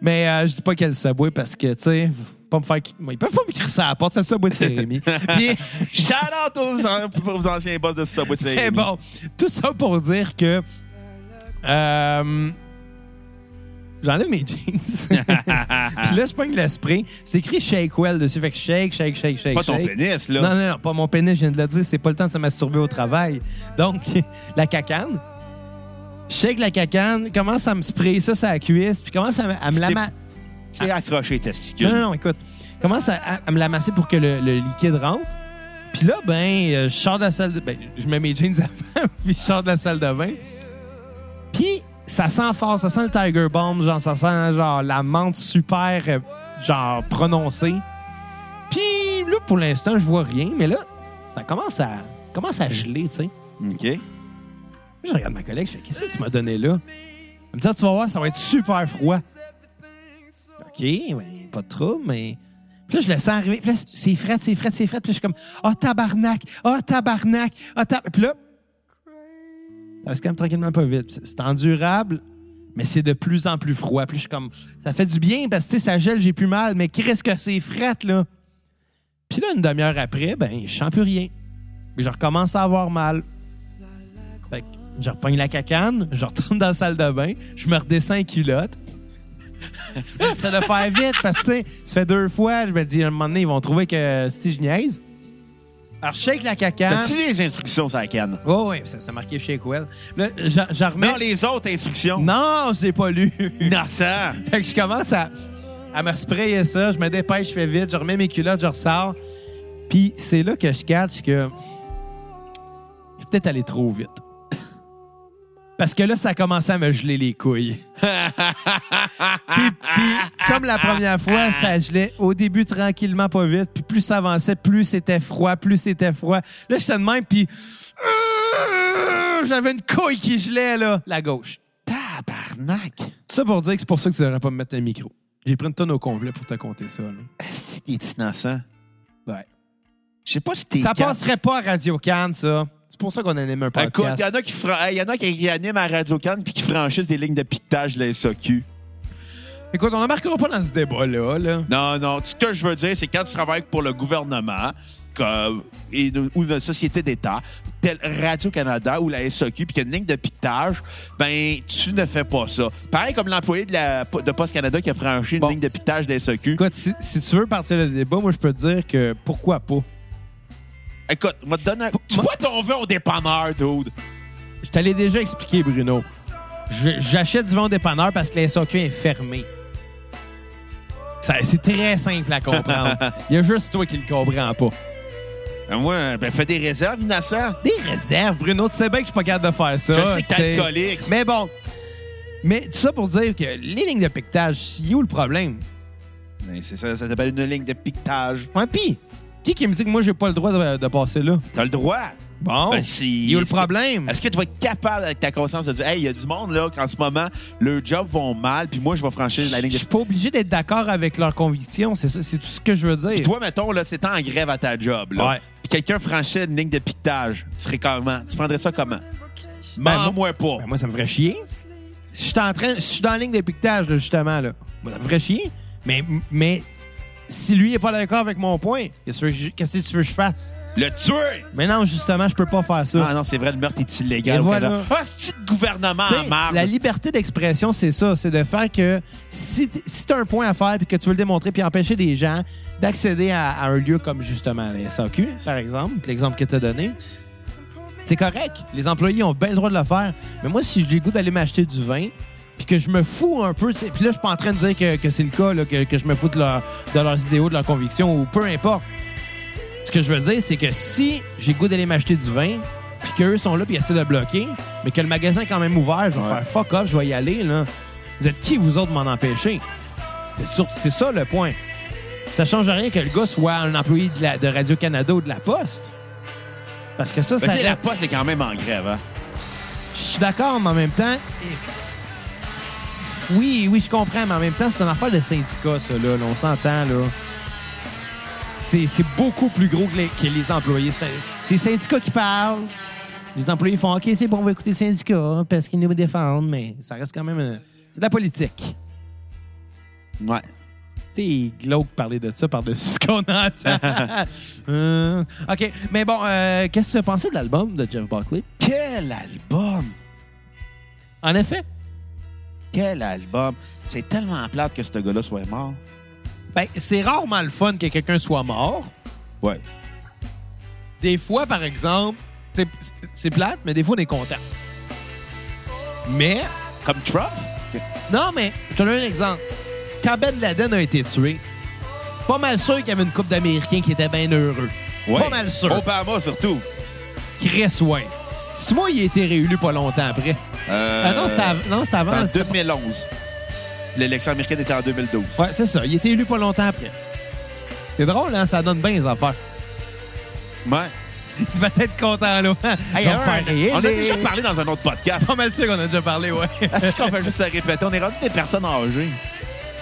[SPEAKER 3] Mais euh, je dis pas quel subway parce que, tu sais, faut pas me faire. qui- Ils peuvent pas me crier ça à la porte, c'est le subway de Jérémy. Puis,
[SPEAKER 1] Shout out aux, an- pour vos anciens boss de ce subway de
[SPEAKER 3] mais
[SPEAKER 1] Saint-Rémy.
[SPEAKER 3] Eh, bon, tout ça pour dire que. euh, J'enlève mes jeans. Puis là, je pogne le spray. C'est écrit Shake Well dessus. Fait que shake, shake, shake, shake.
[SPEAKER 1] Pas ton
[SPEAKER 3] shake.
[SPEAKER 1] pénis, là.
[SPEAKER 3] Non, non, non, pas mon pénis, je viens de le dire, c'est pas le temps de se masturber au travail. Donc, la cacane. Je shake la cacane, commence à me sprayer ça sur la cuisse, puis commence à, me- à me
[SPEAKER 1] C'était-
[SPEAKER 3] l'amasser.
[SPEAKER 1] C'est accroché les testicules.
[SPEAKER 3] Non, non, non, écoute. Commence à, à- à me l'amasser pour que le, le liquide rentre. Puis là, ben, euh, je sors de la salle de ben, je mets mes jeans avant, puis je sors de la salle de bain. Puis ça sent fort, ça sent le Tiger Bomb, genre ça sent genre la menthe super euh, genre prononcée. Puis là pour l'instant, je vois rien, mais là ça commence à commence à geler, tu sais.
[SPEAKER 1] OK.
[SPEAKER 3] Puis Je regarde ma collègue, je fais qu'est-ce que tu m'as donné là Elle me dit Ah, tu vas voir, ça va être super froid. OK, mais pas de trouble, mais puis là, je le sens arriver. Puis là, c'est fret, c'est fret, c'est fret. Puis là, je suis comme, ah, tabarnak, ah, tabarnak, ah, tab... Puis là, ça se calme tranquillement pas vite. C'est- C'est endurable, mais c'est de plus en plus froid. Puis là, je suis comme, ça fait du bien parce que, tu sais, ça gèle, j'ai plus mal, mais qu'est-ce que c'est fret, là? Puis là, une demi-heure après, ben, je sens plus rien. Puis je recommence à avoir mal. Fait que, je repogne la cacane, je retourne dans la salle de bain, je me redescends en culotte. ça doit faire vite parce que, tu sais, ça fait deux fois, je me dis, à un moment donné, ils vont trouver que si je niaise. Alors, je shake la cacane.
[SPEAKER 1] T'as-tu les instructions sur la canne?
[SPEAKER 3] Oh, oui, ça, ça marquait chez Well. Là, j'en j'en remets.
[SPEAKER 1] Non, les autres instructions.
[SPEAKER 3] Non, je l'ai pas lu.
[SPEAKER 1] Non, ça.
[SPEAKER 3] fait que je commence à, à me sprayer ça. Je me dépêche, je fais vite. Je remets mes culottes, je ressors. Puis c'est là que je catch que je suis peut-être allé trop vite. Parce que là, ça a commencé à me geler les couilles. puis, puis, comme la première fois, ça gelait au début tranquillement, pas vite. Puis plus ça avançait, plus c'était froid, plus c'était froid. Là, j'étais de même, puis... euh, J'avais une couille qui gelait, là, la gauche.
[SPEAKER 1] Tabarnak.
[SPEAKER 3] Ça pour dire que c'est pour ça que tu devrais pas me mettre un micro. J'ai pris une tonne au complet pour te compter ça. là.
[SPEAKER 1] Est-ce qu'il est innocent?
[SPEAKER 3] Ouais.
[SPEAKER 1] Je sais pas si t'es
[SPEAKER 3] Ça
[SPEAKER 1] Kat.
[SPEAKER 3] passerait pas à Radio Cannes, ça. C'est pour ça qu'on anime un
[SPEAKER 1] Écoute,
[SPEAKER 3] podcast.
[SPEAKER 1] il y en a qui, fra- hey, y en a qui animent à Radio Cannes puis qui franchissent des lignes de piquetage de la SAQ.
[SPEAKER 3] Écoute, on n'embarquera pas dans ce débat-là. Là.
[SPEAKER 1] Non, non. Ce que je veux dire, c'est quand tu travailles pour le gouvernement, comme et de- ou d'une société d'État, telle Radio-Canada ou la SAQ, puis qu'il y a une ligne de piquetage, ben tu ne fais pas ça. Pareil comme l'employé de, la, de Poste Canada qui a franchi une
[SPEAKER 3] Bon.
[SPEAKER 1] ligne de piquetage E de la SAQ.
[SPEAKER 3] Écoute, si, si tu veux partir le débat, moi, je peux te dire que pourquoi pas.
[SPEAKER 1] Écoute, moi te donne un... Tu
[SPEAKER 3] moi-
[SPEAKER 1] vois ton vin au dépanneur, dude.
[SPEAKER 3] Je t'allais déjà expliqué, Bruno. Je- J'achète du vent au dépanneur parce que la SAQ est fermée. Ça- C'est très simple à comprendre. Il y a juste toi qui le comprends pas.
[SPEAKER 1] Ben, moi, ben fais des réserves, innocent.
[SPEAKER 3] Des réserves, Bruno. Tu sais bien que je suis pas capable de faire ça.
[SPEAKER 1] Je sais que t'es
[SPEAKER 3] Ah, c'est-
[SPEAKER 1] alcoolique.
[SPEAKER 3] Mais bon. Mais tout ça pour dire que les lignes de piquetage, il est où le problème?
[SPEAKER 1] Mais Ben, c'est ça, ça s'appelle une ligne de piquetage.
[SPEAKER 3] Ouais, pis, qui qui me dit que moi, j'ai pas le droit de, de passer là?
[SPEAKER 1] T'as le droit.
[SPEAKER 3] Bon,
[SPEAKER 1] Ben, c'est-
[SPEAKER 3] Oh. il y a eu le
[SPEAKER 1] est-ce que-
[SPEAKER 3] problème.
[SPEAKER 1] Est-ce que tu vas être capable avec ta conscience de dire Hey, il y a du monde là qu'en ce moment, leurs jobs vont mal, puis moi je vais franchir la ligne
[SPEAKER 3] Je
[SPEAKER 1] de
[SPEAKER 3] suis pas obligé d'être d'accord avec leurs convictions, c'est ça, c'est tout ce que je veux dire.
[SPEAKER 1] Puis toi, mettons, là, c'était en grève à ta job. Là.
[SPEAKER 3] Ouais.
[SPEAKER 1] Puis quelqu'un franchissait une ligne de piquetage. Tu serais comment? Tu prendrais ça comment?
[SPEAKER 3] Ben,
[SPEAKER 1] M'en moi pas.
[SPEAKER 3] Ben, moi, ça me ferait chier. Si je suis en train, je suis dans la ligne de piquetage, là, justement, là. Moi, ça me ferait chier. Mais, mais si lui est pas d'accord avec mon point, qu'est-ce que je- qu'est-ce que tu veux que je fasse?
[SPEAKER 1] Le tuer!
[SPEAKER 3] Mais non, justement, je peux pas faire ça.
[SPEAKER 1] Ah non, c'est vrai, le meurtre est illégal
[SPEAKER 3] Et
[SPEAKER 1] au
[SPEAKER 3] voilà.
[SPEAKER 1] Canada. Ah, c'est petit gouvernement
[SPEAKER 3] T'sais,
[SPEAKER 1] en marre.
[SPEAKER 3] la liberté d'expression, c'est ça. C'est de faire que si t- si t'as un point à faire puis que tu veux le démontrer puis empêcher des gens d'accéder à, à un lieu comme justement la SAQ, par exemple, l'exemple que t'as donné, c'est correct. Les employés ont bien le droit de le faire. Mais moi, si j'ai le goût d'aller m'acheter du vin puis que je me fous un peu, t'sais, puis là, je suis pas en train de dire que, que c'est le cas, là, que, que je me fous de, leur- de leurs idéaux, de leurs convictions ou peu importe. Ce que je veux dire, c'est que si j'ai le goût d'aller m'acheter du vin, puis qu'eux sont là, puis ils essaient de bloquer, mais que le magasin est quand même ouvert, je vais faire fuck off, je vais y aller, là. Vous êtes qui, vous autres, de m'en empêcher? C'est sûr- C'est ça le point. Ça change rien que le gars soit un employé de, la- de Radio-Canada ou de la Poste. Parce que ça,
[SPEAKER 1] Ben, tu
[SPEAKER 3] ça.
[SPEAKER 1] sais, la poste est quand même en grève. Hein?
[SPEAKER 3] Je suis d'accord, mais en même temps. eh, Oui, oui, je comprends, mais en même temps, c'est une affaire de syndicat, ça, là. là, on s'entend, là. C'est c'est beaucoup plus gros que les, que les employés. C'est c'est les syndicats qui parlent. Les employés font OK, c'est bon, on va écouter les syndicats parce qu'ils nous défendent, mais ça reste quand même euh, c'est de la politique.
[SPEAKER 1] Ouais.
[SPEAKER 3] C'est glauque de parler de ça par-dessus ce qu'on entend. Hum, OK, mais bon, euh, qu'est-ce que tu as pensé de l'album de Jeff Buckley?
[SPEAKER 1] Quel album!
[SPEAKER 3] En effet,
[SPEAKER 1] Quel album! C'est tellement plate que ce gars-là soit mort.
[SPEAKER 3] Ben, c'est rarement le fun que quelqu'un soit mort.
[SPEAKER 1] Ouais.
[SPEAKER 3] Des fois, par exemple, c'est- c'est plate, mais des fois, on est content. Mais,
[SPEAKER 1] Comme Trump?
[SPEAKER 3] non, mais, je te donne un exemple. Quand Ben Laden a été tué, pas mal sûr qu'il y avait une couple d'Américains qui étaient bien heureux. Pas mal sûr.
[SPEAKER 1] Obama surtout.
[SPEAKER 3] Chris Wayne. C'est moi, il a été réélu pas longtemps après.
[SPEAKER 1] Euh,
[SPEAKER 3] Ah non, c'était av- non, c'était avant.
[SPEAKER 1] en
[SPEAKER 3] c'était-
[SPEAKER 1] 2011. L'élection américaine était en 2012.
[SPEAKER 3] Ouais, c'est ça. Il a été élu pas longtemps après. C'est drôle, hein? Ça donne bien les affaires.
[SPEAKER 1] Ouais.
[SPEAKER 3] Tu vas être content, là.
[SPEAKER 1] Hey,
[SPEAKER 3] Ça va me
[SPEAKER 1] un-
[SPEAKER 3] faire rire,
[SPEAKER 1] on a
[SPEAKER 3] les-
[SPEAKER 1] déjà parlé dans un autre podcast.
[SPEAKER 3] Pas mal sûr qu'on a déjà parlé, ouais.
[SPEAKER 1] Est-ce qu'on fait juste le répéter? On est rendu des personnes âgées.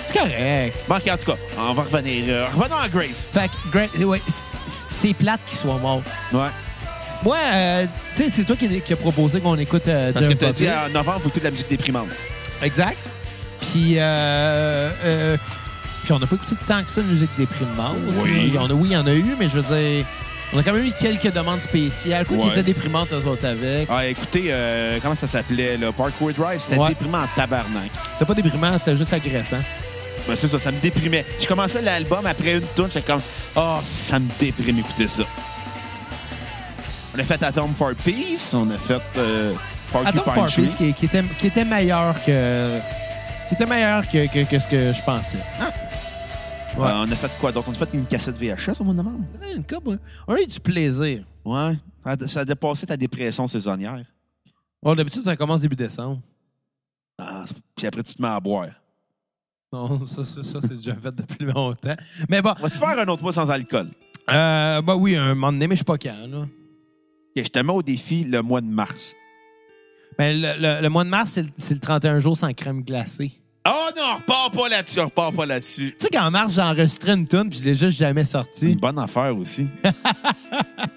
[SPEAKER 3] C'est correct.
[SPEAKER 1] Bon, en tout cas, on va revenir. euh, revenons à Grace.
[SPEAKER 3] Fait que, Gra- ouais, c- c- c'est plate qu'il soit mort.
[SPEAKER 1] Ouais.
[SPEAKER 3] Moi, euh, tu sais, c'est toi qui, qui a proposé qu'on écoute euh,
[SPEAKER 1] Parce que
[SPEAKER 3] Jeff
[SPEAKER 1] t'as dit ah.
[SPEAKER 3] Buckley.
[SPEAKER 1] en novembre, vous écoutez de la musique déprimante.
[SPEAKER 3] Exact. Puis, euh, euh, puis on n'a pas écouté tant que ça de musique déprimante.
[SPEAKER 1] Oui.
[SPEAKER 3] Il y en a, oui, il y en a eu, mais je veux dire, on a quand même eu quelques demandes spéciales. Quoi qui
[SPEAKER 1] Ouais.
[SPEAKER 3] était déprimante, eux autres, avec.
[SPEAKER 1] Ah, écoutez, euh, comment ça s'appelait, là? Parkway Drive, c'était
[SPEAKER 3] Ouais.
[SPEAKER 1] déprimant en tabarnak.
[SPEAKER 3] C'était pas déprimant, c'était juste agressant.
[SPEAKER 1] Ben, c'est ça, ça me déprimait. Je commençais l'album après une tourne, j'étais comme, oh, ça me déprime écouter ça. On a fait Atom for Peace, on a fait euh, Porcupine
[SPEAKER 3] Attends, Far
[SPEAKER 1] Tree.
[SPEAKER 3] Peace, qui, qui était, qui était meilleur que... Qui était meilleur que, que- que ce que je pensais. Ah, Ouais.
[SPEAKER 1] Euh, on a fait quoi d'autre? On a fait une cassette VHS au mois de novembre.
[SPEAKER 3] On a eu une couple, hein. On a eu du plaisir.
[SPEAKER 1] Ouais. Ça- Ça a dépassé ta dépression saisonnière.
[SPEAKER 3] Bon, d'habitude, ça commence début décembre.
[SPEAKER 1] Ah, c'est- puis après, tu te mets à boire.
[SPEAKER 3] Non, ça, ça, ça, c'est déjà fait depuis longtemps. Mais bon,
[SPEAKER 1] Vas-tu faire un autre mois sans alcool?
[SPEAKER 3] euh, bah oui, un moment donné, mais je sais pas quand. Là.
[SPEAKER 1] Ok, je te mets au défi le mois de mars.
[SPEAKER 3] Ben, le, le- le mois de mars, c'est le, c'est le 31 jours sans crème glacée.
[SPEAKER 1] Oh non, on repart pas là-dessus, on repart pas là-dessus.
[SPEAKER 3] Tu sais qu'en mars, j'ai enregistré une tune puis je l'ai juste jamais
[SPEAKER 1] C'est
[SPEAKER 3] sortie.
[SPEAKER 1] une bonne affaire aussi.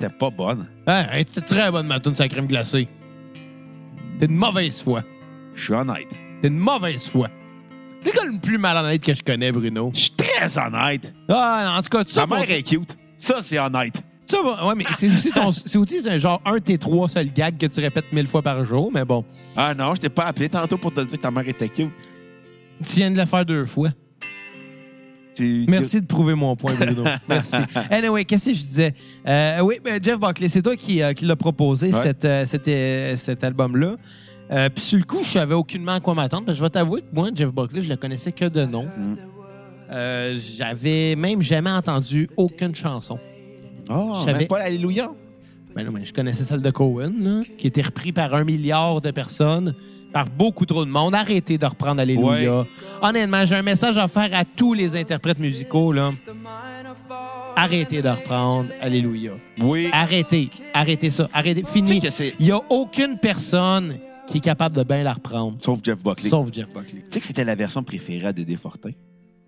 [SPEAKER 1] T'es pas bonne.
[SPEAKER 3] Hein, hein, t'es très bonne, ma tune sans crème glacée. T'es une mauvaise foi.
[SPEAKER 1] Je suis honnête.
[SPEAKER 3] T'es une mauvaise foi. T'es comme le plus mal honnête que je connais, Bruno.
[SPEAKER 1] Je suis très honnête.
[SPEAKER 3] Ah, en tout cas, tout ça,
[SPEAKER 1] Ta
[SPEAKER 3] pour,
[SPEAKER 1] mère est cute. Ça, c'est honnête.
[SPEAKER 3] tout Ça va. Ouais, mais c'est aussi ton. C'est aussi un genre un T3 seul gag que tu répètes mille fois par jour, mais bon.
[SPEAKER 1] Ah non, je t'ai pas appelé tantôt pour te dire que ta mère était cute.
[SPEAKER 3] Tu viens de le faire deux fois.
[SPEAKER 1] Tu- tu-
[SPEAKER 3] Merci de prouver mon point, Bruno. Merci. Anyway, qu'est-ce que je disais? Euh, oui, ben, Jeff Buckley, c'est toi qui, euh, qui l'a proposé,
[SPEAKER 1] Ouais.
[SPEAKER 3] cette, euh, cette, euh, cet album-là. Euh, Puis sur le coup, je savais aucunement à quoi m'attendre. Parce que je vais t'avouer que moi, Jeff Buckley, je le connaissais que de nom. Euh, J'avais même jamais entendu aucune chanson.
[SPEAKER 1] Oh,
[SPEAKER 3] Je savais-
[SPEAKER 1] même pas l'Alléluia.
[SPEAKER 3] Ben non, mais je connaissais celle de Cohen, là, qui était reprise par un milliard de personnes, par beaucoup trop de monde. Arrêtez de reprendre Alléluia.
[SPEAKER 1] Ouais.
[SPEAKER 3] Honnêtement, j'ai un message à faire à tous les interprètes musicaux. Là. Arrêtez de reprendre Alléluia.
[SPEAKER 1] Oui.
[SPEAKER 3] Ah, Arrêtez. Arrêtez ça. Arrêtez.
[SPEAKER 1] Tu
[SPEAKER 3] Fini.
[SPEAKER 1] sais que c'est-
[SPEAKER 3] Il n'y a aucune personne qui est capable de bien la reprendre,
[SPEAKER 1] Sauf Jeff Buckley.
[SPEAKER 3] sauf Jeff Buckley.
[SPEAKER 1] Tu sais que c'était la version préférée à Dédé Fortin.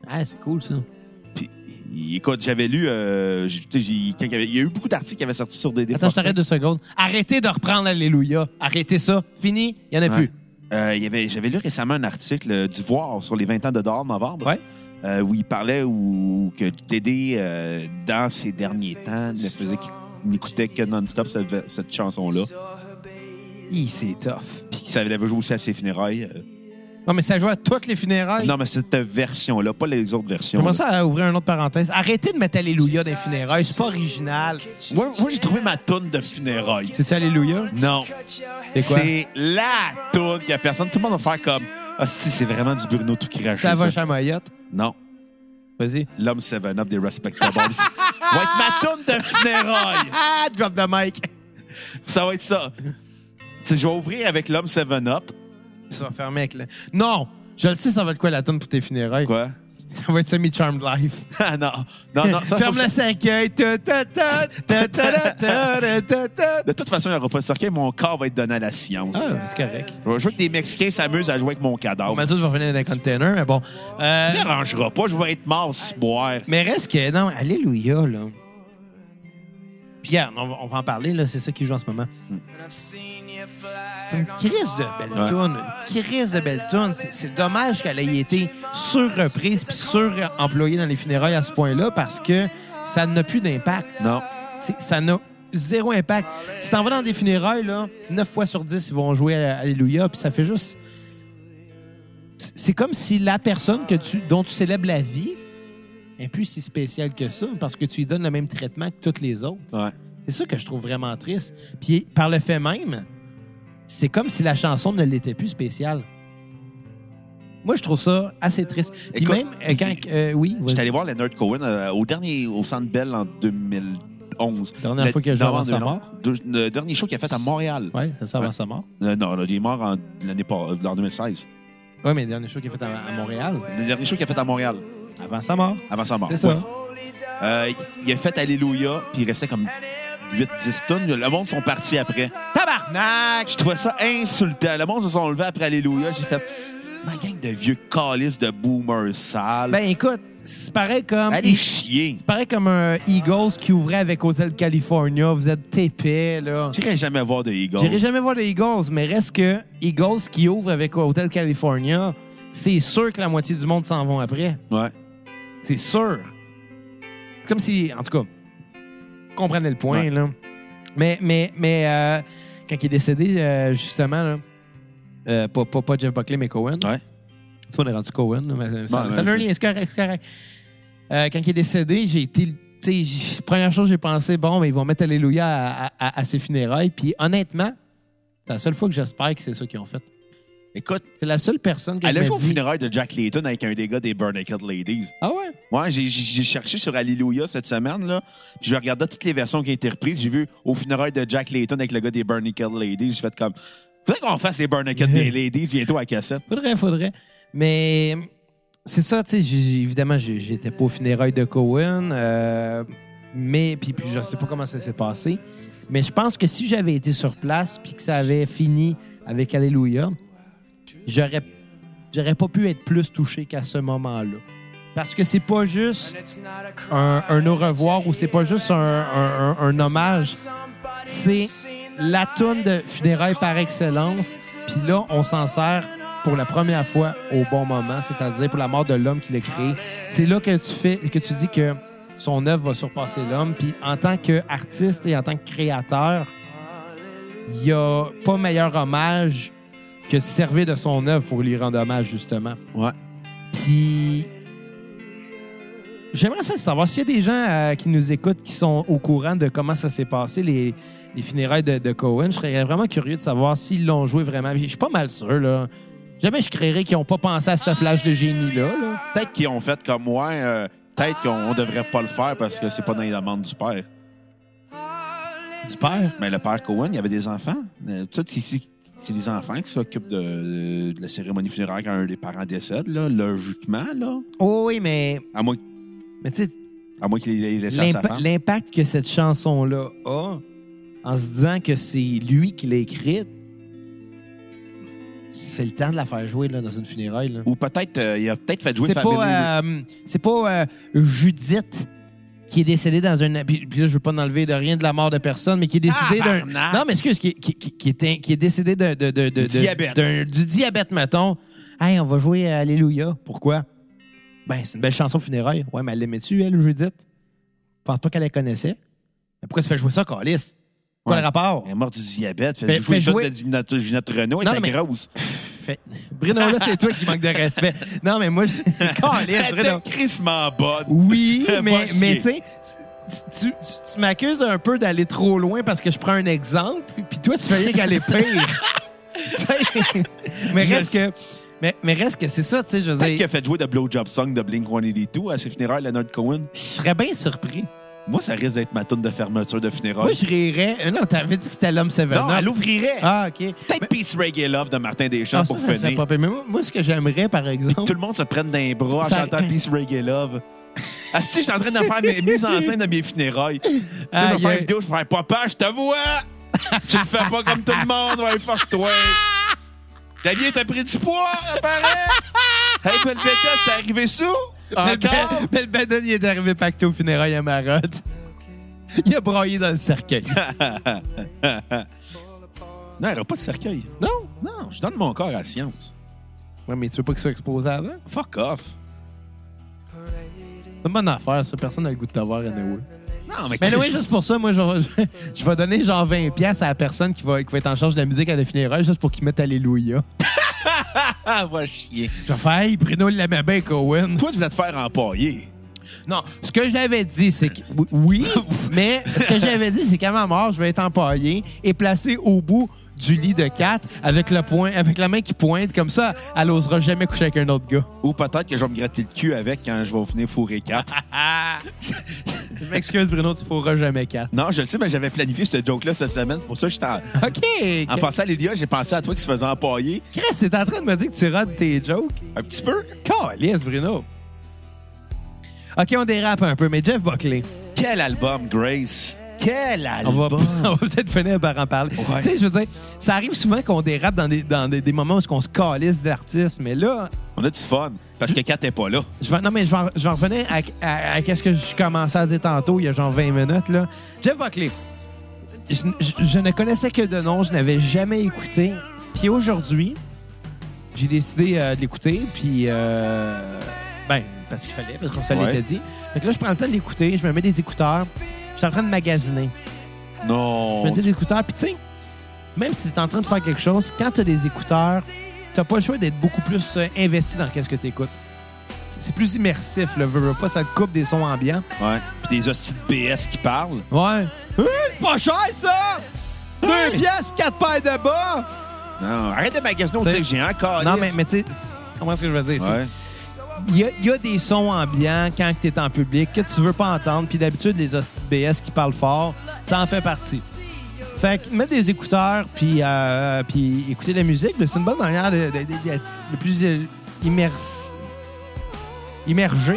[SPEAKER 3] Ah, c'est cool, ça.
[SPEAKER 1] Puis, il- écoute, j'avais lu. euh, j'ai- tu sais, j'ai- quand il, y avait- il y a eu beaucoup d'articles qui avaient sorti sur Dédé
[SPEAKER 3] Attends, je
[SPEAKER 1] Fortin.
[SPEAKER 3] t'arrête deux secondes. Arrêtez de reprendre Alléluia. Arrêtez ça. Fini. Il n'y en a
[SPEAKER 1] Ouais.
[SPEAKER 3] plus.
[SPEAKER 1] Euh, il y avait, j'avais lu récemment un article euh, du Voir sur les 20 ans de dehors, novembre.
[SPEAKER 3] Ouais.
[SPEAKER 1] euh, où il parlait où, que Dédé, euh, dans ses derniers temps, ne faisait qu'il n'écoutait que non-stop cette, cette chanson-là.
[SPEAKER 3] Hi, C'est tough.
[SPEAKER 1] Puis qu'il savait l'avait joué aussi à ses funérailles. euh.
[SPEAKER 3] Non, mais ça joue à toutes les funérailles.
[SPEAKER 1] Non, mais cette version-là, pas les autres versions.
[SPEAKER 3] Comment
[SPEAKER 1] là.
[SPEAKER 3] ça à ouvrir une autre parenthèse? Arrêtez de mettre Alléluia dans les funérailles, c'est pas original.
[SPEAKER 1] Moi, moi, j'ai trouvé ma toune de funérailles.
[SPEAKER 3] C'est ça Alléluia?
[SPEAKER 1] Non.
[SPEAKER 3] C'est quoi?
[SPEAKER 1] C'est la toune qu'il y a personne. Tout le monde va faire comme. Ah, si, c'est vraiment du Bruno tout craché.
[SPEAKER 3] Ça va
[SPEAKER 1] ça.
[SPEAKER 3] chamoyotte.
[SPEAKER 1] Non.
[SPEAKER 3] Vas-y.
[SPEAKER 1] L'homme 7-Up des Respectables. ça va être ma toune de funérailles.
[SPEAKER 3] Ah, drop the mic.
[SPEAKER 1] Ça va être ça. Tu sais, je vais ouvrir avec l'homme 7-Up.
[SPEAKER 3] Ça va fermer avec le... Non! Je le sais, ça va être quoi la tonne pour tes funérailles?
[SPEAKER 1] Quoi?
[SPEAKER 3] Ça va être semi-charmed life.
[SPEAKER 1] Ah non. Non, non. Ça, faut
[SPEAKER 3] Ferme
[SPEAKER 1] que ça-
[SPEAKER 3] le cercueil. Ta, ta, ta, ta, ta, ta, ta, ta, ta.
[SPEAKER 1] De toute façon, il n'y aura pas de cercueil. Mon corps va être donné à la science.
[SPEAKER 3] Ah, c'est correct.
[SPEAKER 1] Je veux que des Mexicains s'amusent à jouer avec mon cadavre.
[SPEAKER 3] Mathieu va revenir dans un container, mais bon. Euh,
[SPEAKER 1] Ça ne dérangera pas. Je vais être mort ce boire.
[SPEAKER 3] Mais reste que, non, Alléluia, là. Puis regarde, on va, on va en parler, là, c'est ça qui joue en ce moment. C'est une crise de belle
[SPEAKER 1] Ouais.
[SPEAKER 3] toune, une crise de belle toune. C'est, c'est dommage qu'elle ait été surreprise puis suremployée dans les funérailles à ce point-là parce que ça n'a plus d'impact.
[SPEAKER 1] Non.
[SPEAKER 3] C'est- ça n'a zéro impact. Tu t'en vas dans des funérailles, là, 9 fois sur 10, ils vont jouer à- Alléluia, puis ça fait juste... C'est- C'est comme si la personne que tu, dont tu célèbres la vie est plus si spéciale que ça, parce que tu lui donnes le même traitement que toutes les autres.
[SPEAKER 1] Ouais.
[SPEAKER 3] C'est ça que je trouve vraiment triste. Puis par le fait même, c'est comme si la chanson ne l'était plus spéciale. Moi, je trouve ça assez triste. Puis
[SPEAKER 1] Écoute,
[SPEAKER 3] même, euh, quand... euh, oui, vas-y.
[SPEAKER 1] J'étais allé voir Leonard Cohen euh, au dernier au Centre Bell en 2011.
[SPEAKER 3] Dernière
[SPEAKER 1] Le-
[SPEAKER 3] fois qu'il a joué avant
[SPEAKER 1] novembre
[SPEAKER 3] sa
[SPEAKER 1] 2011.
[SPEAKER 3] mort.
[SPEAKER 1] Deux- le dernier show qu'il a fait à Montréal.
[SPEAKER 3] Ouais, c'est ça avant sa mort.
[SPEAKER 1] Euh, non, là, il est mort en, l'année pas, euh, en 2016.
[SPEAKER 3] Oui, mais le dernier show qu'il a fait à, à Montréal,
[SPEAKER 1] Le dernier show qu'il a fait à Montréal
[SPEAKER 3] avant sa mort.
[SPEAKER 1] avant sa mort.
[SPEAKER 3] C'est ça.
[SPEAKER 1] Ouais. Euh, il a fait Alléluia, puis il restait comme 8-10 tonnes. Le monde sont partis après.
[SPEAKER 3] Tabarnak!
[SPEAKER 1] Je trouvais ça insultant. Le monde se sont levés après Alléluia. J'ai fait ma gang de vieux calices de boomers sales.
[SPEAKER 3] Ben écoute, c'est pareil comme.
[SPEAKER 1] Allez chier.
[SPEAKER 3] C'est pareil comme un Eagles qui ouvrait avec Hotel California. Vous êtes TP, là.
[SPEAKER 1] J'irai jamais voir de Eagles.
[SPEAKER 3] J'irai jamais voir les Eagles, mais reste que Eagles qui ouvre avec Hotel California, c'est sûr que la moitié du monde s'en vont après.
[SPEAKER 1] Ouais.
[SPEAKER 3] C'est sûr. Comme si, en tout cas, comprenez le point,
[SPEAKER 1] Ouais.
[SPEAKER 3] là. Mais, mais, mais euh, quand il est décédé, euh, justement, là, euh, pas, pas, pas Jeff Buckley, mais Cohen.
[SPEAKER 1] Ouais.
[SPEAKER 3] Tu vois, on est rendu Cohen, là, mais ça-
[SPEAKER 1] Ouais,
[SPEAKER 3] ça
[SPEAKER 1] ouais,
[SPEAKER 3] n'a rien, c'est correct, c'est correct. Euh, quand il est décédé, j'ai été. tu sais, j- Première chose, j'ai pensé, bon, mais ils vont mettre Alléluia à, à- à- à ses funérailles. Puis honnêtement, c'est la seule fois que j'espère que c'est ça qu'ils ont fait.
[SPEAKER 1] Écoute,
[SPEAKER 3] C'est la seule personne que
[SPEAKER 1] elle
[SPEAKER 3] je
[SPEAKER 1] a
[SPEAKER 3] me
[SPEAKER 1] joué au
[SPEAKER 3] dis-
[SPEAKER 1] funéraire de Jack Layton avec un des gars des Burn Naked Ladies.
[SPEAKER 3] Ah ouais?
[SPEAKER 1] Moi, j'ai- j'ai j'ai cherché sur Alléluia cette semaine, là. Puis je regardais toutes les versions qui ont été reprises. J'ai vu au funérail de Jack Layton avec le gars des Burn Naked Ladies. J'ai fait comme. Faudrait qu'on fasse les Burn Naked des Ladies bientôt à la cassette.
[SPEAKER 3] Faudrait, faudrait. Mais c'est ça, tu sais, j'ai- j'ai- évidemment, j'ai- j'étais pas au funérailles de Cohen, euh, mais puis, puis je sais pas comment ça s'est passé. Mais je pense que si j'avais été sur place puis que ça avait fini avec Alléluia, j'aurais j'aurais pas pu être plus touché qu'à ce moment-là. Parce que c'est pas juste un, un au revoir ou c'est pas juste un, un- un- un hommage. C'est la toune de funérailles par excellence. Puis là, on s'en sert pour la première fois au bon moment, c'est-à-dire pour la mort de l'homme qui l'a créé. C'est là que tu fais, que tu dis que son œuvre va surpasser l'homme. Puis en tant qu'artiste et en tant que créateur, il n'y a pas meilleur hommage que de servir de son œuvre pour lui rendre hommage, justement.
[SPEAKER 1] Ouais.
[SPEAKER 3] Puis j'aimerais ça savoir s'il y a des gens euh, qui nous écoutent qui sont au courant de comment ça s'est passé, les, les funérailles de, de Cohen. Je serais vraiment curieux de savoir s'ils l'ont joué vraiment. Je suis pas mal sûr, là. Jamais je créerais qu'ils n'ont pas pensé à ce flash de génie-là. là.
[SPEAKER 1] Peut-être qu'ils ont fait comme moi. euh, Peut-être qu'on on devrait pas le faire parce que c'est pas dans les demandes du père.
[SPEAKER 3] Du père.
[SPEAKER 1] Mais le père Cohen, il avait des enfants. Euh, Tout ici, c'est les enfants qui s'occupent de, de la cérémonie funéraire quand un des parents décède, là, logiquement, là.
[SPEAKER 3] Oh oui, mais,
[SPEAKER 1] À moins,
[SPEAKER 3] mais tu sais,
[SPEAKER 1] à moins qu'il ait laissé à sa
[SPEAKER 3] L'impa-
[SPEAKER 1] femme.
[SPEAKER 3] L'impact que cette chanson-là a en se disant que c'est lui qui l'a écrite, c'est le temps de la faire jouer là, dans une funéraille. là.
[SPEAKER 1] Ou peut-être, euh, il a peut-être fait jouer
[SPEAKER 3] C'est
[SPEAKER 1] Family Re-
[SPEAKER 3] pas, euh, c'est pas euh, Judith qui est décédée dans un... Puis, puis là, je veux pas enlever de rien de la mort de personne, mais qui est décédée d'un...
[SPEAKER 1] Tabarnak!
[SPEAKER 3] Non, mais excuse, qui, qui, qui, qui est, in- qui est décédée de, de- de-
[SPEAKER 1] Du
[SPEAKER 3] de- de-
[SPEAKER 1] diabète.
[SPEAKER 3] d'un- du diabète, mettons. Hey, on va jouer à Alléluia. Pourquoi? Ben, c'est une belle chanson funéraire. Ouais, mais elle l'aimait-tu, elle, Judith? Je pense pas qu'elle la connaissait. Mais pourquoi tu fais jouer ça, Calis? Quoi
[SPEAKER 1] Ouais.
[SPEAKER 3] le rapport?
[SPEAKER 1] Elle est morte du diabète. Fait,
[SPEAKER 3] Fait-
[SPEAKER 1] jouer toute
[SPEAKER 3] Ben, fait jouer-
[SPEAKER 1] de Ginette, Ginette Renault, elle
[SPEAKER 3] Non,
[SPEAKER 1] était
[SPEAKER 3] mais-
[SPEAKER 1] grosse.
[SPEAKER 3] Fait... Bruno, là, c'est toi qui manque de respect. Non, mais moi, je... Câlisse,
[SPEAKER 1] Elle était
[SPEAKER 3] Bruno.
[SPEAKER 1] crissement bonne.
[SPEAKER 3] Oui,
[SPEAKER 1] Pas
[SPEAKER 3] mais,
[SPEAKER 1] chier.
[SPEAKER 3] mais tu sais, tu, tu- tu m'accuses un peu d'aller trop loin parce que je prends un exemple, puis- puis toi, tu fais rien qu'aller pire. Tu sais, mais,
[SPEAKER 1] Je
[SPEAKER 3] reste que, mais, mais reste que c'est ça, tu sais, je veux
[SPEAKER 1] Peut-être
[SPEAKER 3] dire,
[SPEAKER 1] qu'elle a fait jouer de Blowjob Song de Blink-182 à ses funérailles, Leonard Cohen.
[SPEAKER 3] je serais bien surpris.
[SPEAKER 1] Moi, ça risque d'être ma toune de fermeture de
[SPEAKER 3] Moi,
[SPEAKER 1] funérailles.
[SPEAKER 3] je rirais. euh, Non, t'avais dit que c'était l'homme Seven
[SPEAKER 1] non,
[SPEAKER 3] Up.
[SPEAKER 1] elle l'ouvrirait.
[SPEAKER 3] Ah, OK.
[SPEAKER 1] Peut-être Peace Reggae Love de Martin Deschamps
[SPEAKER 3] Ah, ça,
[SPEAKER 1] pour
[SPEAKER 3] ça serait
[SPEAKER 1] finir.
[SPEAKER 3] pas pire. Mais moi, moi, ce que j'aimerais, par exemple...
[SPEAKER 1] Tout le monde se prenne d'un bras en
[SPEAKER 3] Ça-
[SPEAKER 1] chantant Peace Reggae Love. Ah, si, je suis en train de faire mes mises en scène de mes funérailles. Là, je vais
[SPEAKER 3] Aïe,
[SPEAKER 1] faire une
[SPEAKER 3] aïe.
[SPEAKER 1] vidéo, je vais faire Papa, je te vois! tu le fais pas comme tout le monde, ouais, force-toi! T'as bien, t'as pris du poids, pareil! hey, belle bête, t'es arrivé sous?
[SPEAKER 3] Belle
[SPEAKER 1] Encore?
[SPEAKER 3] Ben- Belle Bannon, il est arrivé pacté au funérail à Marotte. Il a broyé dans le cercueil.
[SPEAKER 1] Non, il n'y aura pas de cercueil.
[SPEAKER 3] non?
[SPEAKER 1] Non, je donne mon corps à la science.
[SPEAKER 3] Ouais, mais tu veux pas qu'il soit exposé avant?
[SPEAKER 1] Fuck off.
[SPEAKER 3] C'est une bonne affaire, ça. Personne n'a le goût de t'avoir, anyway.
[SPEAKER 1] Non, mais,
[SPEAKER 3] Mais
[SPEAKER 1] Chris,
[SPEAKER 3] oui, juste pour ça, moi, je vais, je vais donner genre 20 pièces à la personne qui va, qui va être en charge de la musique à la funéraille juste pour qu'il mette Alléluia.
[SPEAKER 1] ah, va chier.
[SPEAKER 3] Je vais faire « Hey, Bruno l'aimait bien, Cohen.
[SPEAKER 1] Toi, tu voulais te faire empailler. »
[SPEAKER 3] Non, ce que j'avais dit, c'est que... Oui, mais ce que j'avais dit, c'est qu'à ma mort, je vais être empaillé et placé au bout du lit de 4 avec, le point, avec la main qui pointe. Comme ça, elle osera jamais coucher avec un autre gars.
[SPEAKER 1] Ou peut-être que je vais me gratter le cul avec quand je vais venir fourrer 4.
[SPEAKER 3] Je m'excuse, Bruno, tu feras jamais 4.
[SPEAKER 1] non, je le sais, mais j'avais planifié ce joke-là cette semaine. C'est pour ça que j'étais en...
[SPEAKER 3] OK.
[SPEAKER 1] En pensant à Lilia, j'ai pensé à toi qui se faisait empailler.
[SPEAKER 3] Chris, t'es en train de me dire que tu rates tes jokes?
[SPEAKER 1] Un petit peu.
[SPEAKER 3] Calice, Bruno. OK, on dérape un peu, mais Jeff Buckley,
[SPEAKER 1] Quel album, Grace. Quel
[SPEAKER 3] on va,
[SPEAKER 1] album.
[SPEAKER 3] on va peut-être finir par en parler.
[SPEAKER 1] Ouais.
[SPEAKER 3] Tu sais, je veux dire, ça arrive souvent qu'on dérape dans des, dans des, des moments où on se calisse d'artistes, mais là,
[SPEAKER 1] On a du fun. Parce que Kat n'est pas là.
[SPEAKER 3] je vais, non, mais je vais, en- je vais en revenir à, à, à qu'est-ce que je commençais à dire tantôt, il y a genre 20 minutes, là. Jeff Buckley, je, je- je ne connaissais que de nom, je n'avais jamais écouté. Puis aujourd'hui, j'ai décidé euh, de l'écouter, puis... euh, ben, parce qu'il fallait, parce qu'on se
[SPEAKER 1] Ouais.
[SPEAKER 3] l'était dit. Fait que là, je prends le temps de l'écouter, je me mets des écouteurs, je suis en train de magasiner. Je me
[SPEAKER 1] Non.
[SPEAKER 3] mets des écouteurs, puis tu sais, même si t'es en train de faire quelque chose, quand t'as des écouteurs, t'as pas le choix d'être beaucoup plus euh, investi dans qu'est-ce que t'écoutes. C'est- C'est plus immersif, le veux, veux pas, ça te coupe des sons ambiants.
[SPEAKER 1] Ouais. Puis des hosties de BS qui parlent.
[SPEAKER 3] Ouais. Hein? pas cher, ça!
[SPEAKER 1] Hey!
[SPEAKER 3] Deux pièces, quatre paires de bas!
[SPEAKER 1] Non, arrête de magasiner au
[SPEAKER 3] T'sais-
[SPEAKER 1] tigre géant, encore.
[SPEAKER 3] Non, mais, mais tu sais, comment est-ce que je veux dire?
[SPEAKER 1] Ouais.
[SPEAKER 3] Il y, a- il y a des sons ambiants quand tu es en public que tu veux pas entendre, puis d'habitude, les hosties de BS qui parlent fort, ça en fait partie. Fait que mettre des écouteurs, puis, euh, puis écouter de la musique, ben, c'est une bonne manière de- de- de- d'être le plus euh, immers... immergé.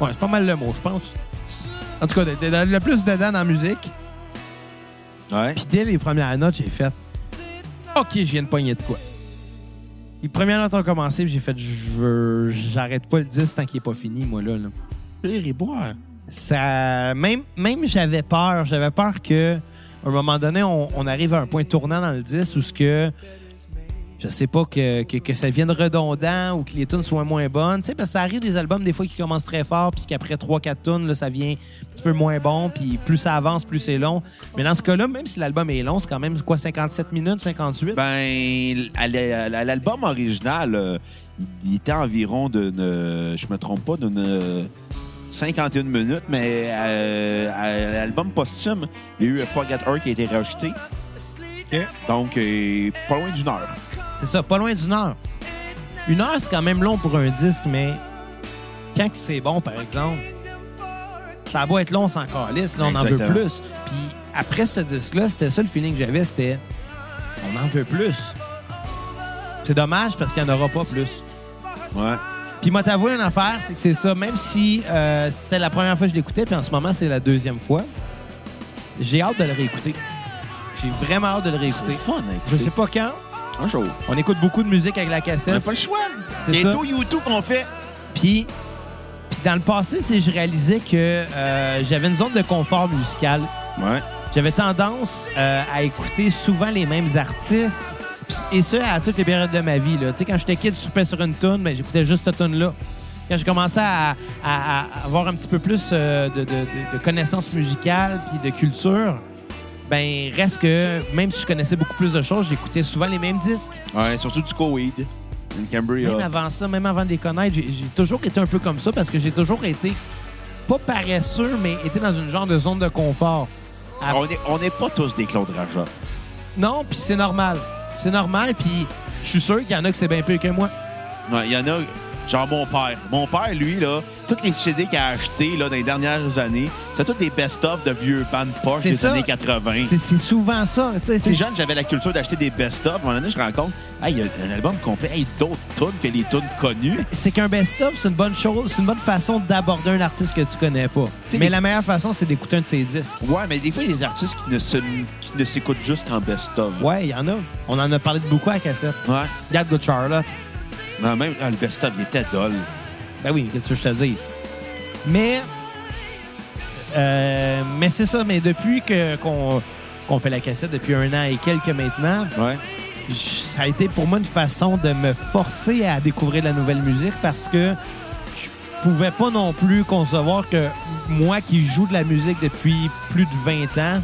[SPEAKER 3] Ouais, c'est pas mal le mot, je pense. En tout cas, d'être- d'être le plus dedans dans la musique.
[SPEAKER 1] Ouais.
[SPEAKER 3] Puis dès les premières notes, j'ai fait OK, je viens de pogner de quoi. Les premières notes ont commencé, puis j'ai fait je veux j'arrête pas le 10 tant qu'il est pas fini moi là. là.
[SPEAKER 1] Lire et boire.
[SPEAKER 3] Ça même même j'avais peur, j'avais peur que à un moment donné on, on arrive à un point tournant dans le 10 où ce que je sais pas, que, que, que ça devienne redondant ou que les tunes soient moins bonnes. Tu sais, parce que ça arrive des albums, des fois, qui commencent très fort, puis qu'après 3-4 tunes, là, ça vient un petit peu moins bon, puis plus ça avance, plus c'est long. Mais dans ce cas-là, même si l'album est long, c'est quand même, quoi, 57 minutes, 58?
[SPEAKER 1] Ben, à l'e- à l'album original, euh, il était environ d'une, euh, je me trompe pas, d'une euh, 51 minutes, mais euh, à l'album posthume, il y a eu Forget Her qui a été rajouté, donc euh, pas loin d'une heure.
[SPEAKER 3] C'est ça, pas loin d'une heure. Une heure, c'est quand même long pour un disque, mais quand que c'est bon, par exemple, ça va être long, on s'en calisse, là, on en veut
[SPEAKER 1] Exactement.
[SPEAKER 3] plus. Puis après ce disque-là, c'était ça le feeling que j'avais, c'était on en veut plus. C'est dommage parce qu'il n'y en aura pas plus.
[SPEAKER 1] Ouais.
[SPEAKER 3] Puis moi, t'avouer une affaire, c'est que c'est ça. Même si euh, c'était la première fois que je l'écoutais, puis en ce moment, c'est la deuxième fois, j'ai hâte de le réécouter. J'ai vraiment hâte de le réécouter.
[SPEAKER 1] fun, hein,
[SPEAKER 3] Je sais pas quand.
[SPEAKER 1] un jour.
[SPEAKER 3] On écoute beaucoup de musique avec la
[SPEAKER 1] On n'a
[SPEAKER 3] cassette.
[SPEAKER 1] pas le choix.
[SPEAKER 3] C'est
[SPEAKER 1] Les
[SPEAKER 3] ça.
[SPEAKER 1] taux YouTube qu'on fait.
[SPEAKER 3] Puis, puis dans le passé, tu sais, je réalisais que euh, j'avais une zone de confort musical.
[SPEAKER 1] Ouais.
[SPEAKER 3] J'avais tendance euh, à écouter souvent les mêmes artistes. Et ce, à toutes les périodes de ma vie. Là. Tu sais, quand j'étais kid, je soupais sur une toune, mais j'écoutais juste cette toune-là. Quand j'ai commencé à, à- à avoir un petit peu plus euh, de, de- de- de connaissances musicales puis de culture, ben reste que, même si je connaissais beaucoup plus de choses, j'écoutais souvent les mêmes disques.
[SPEAKER 1] Ouais, surtout du Coweed. Une
[SPEAKER 3] Même
[SPEAKER 1] Cambria.
[SPEAKER 3] avant ça, même avant de les connaître, j'ai j'ai toujours été un peu comme ça parce que j'ai toujours été, pas paresseux, mais été dans une genre de zone de confort. À-
[SPEAKER 1] On n'est on n'est pas tous des Claude Rajotte.
[SPEAKER 3] Non, puis c'est normal. C'est normal, puis je suis sûr qu'il y en a que c'est bien pire que moi.
[SPEAKER 1] Ouais, Il y en a, genre mon père. Mon père, lui, là, toutes les CD qu'il a acheté là, dans les dernières années, c'est tous des best-of de vieux bandes poches
[SPEAKER 3] C'est
[SPEAKER 1] des
[SPEAKER 3] ça.
[SPEAKER 1] années 80.
[SPEAKER 3] C'est c'est souvent ça. tu sais,
[SPEAKER 1] Plus
[SPEAKER 3] C'est
[SPEAKER 1] jeune, j'avais la culture d'acheter des best-of. À un moment donné, je me rends compte, hey, il y a un album complet, hey, d'autres tunes que les tunes connues.
[SPEAKER 3] c'est qu'un best-of, c'est une bonne chose, c'est une bonne façon d'aborder un artiste que tu connais pas.
[SPEAKER 1] T'sais,
[SPEAKER 3] Mais
[SPEAKER 1] les-
[SPEAKER 3] la meilleure façon, c'est d'écouter un de ses disques.
[SPEAKER 1] Ouais, mais des fois, il y a des artistes qui ne se- qui ne s'écoutent juste qu'en best-of.
[SPEAKER 3] Ouais, il y en a. On en a parlé de beaucoup à la cassette.
[SPEAKER 1] Ouais.
[SPEAKER 3] Regarde Good Charlotte.
[SPEAKER 1] Non, même ah, le best-of, il était dol.
[SPEAKER 3] Ben oui, qu'est-ce que je te dis? Mais, euh, mais c'est ça. Mais depuis que qu'on qu'on fait la cassette depuis un an et quelques maintenant,
[SPEAKER 1] Ouais.
[SPEAKER 3] j- ça a été pour moi une façon de me forcer à découvrir de la nouvelle musique parce que je pouvais pas non plus concevoir que moi qui joue de la musique depuis plus de 20 ans,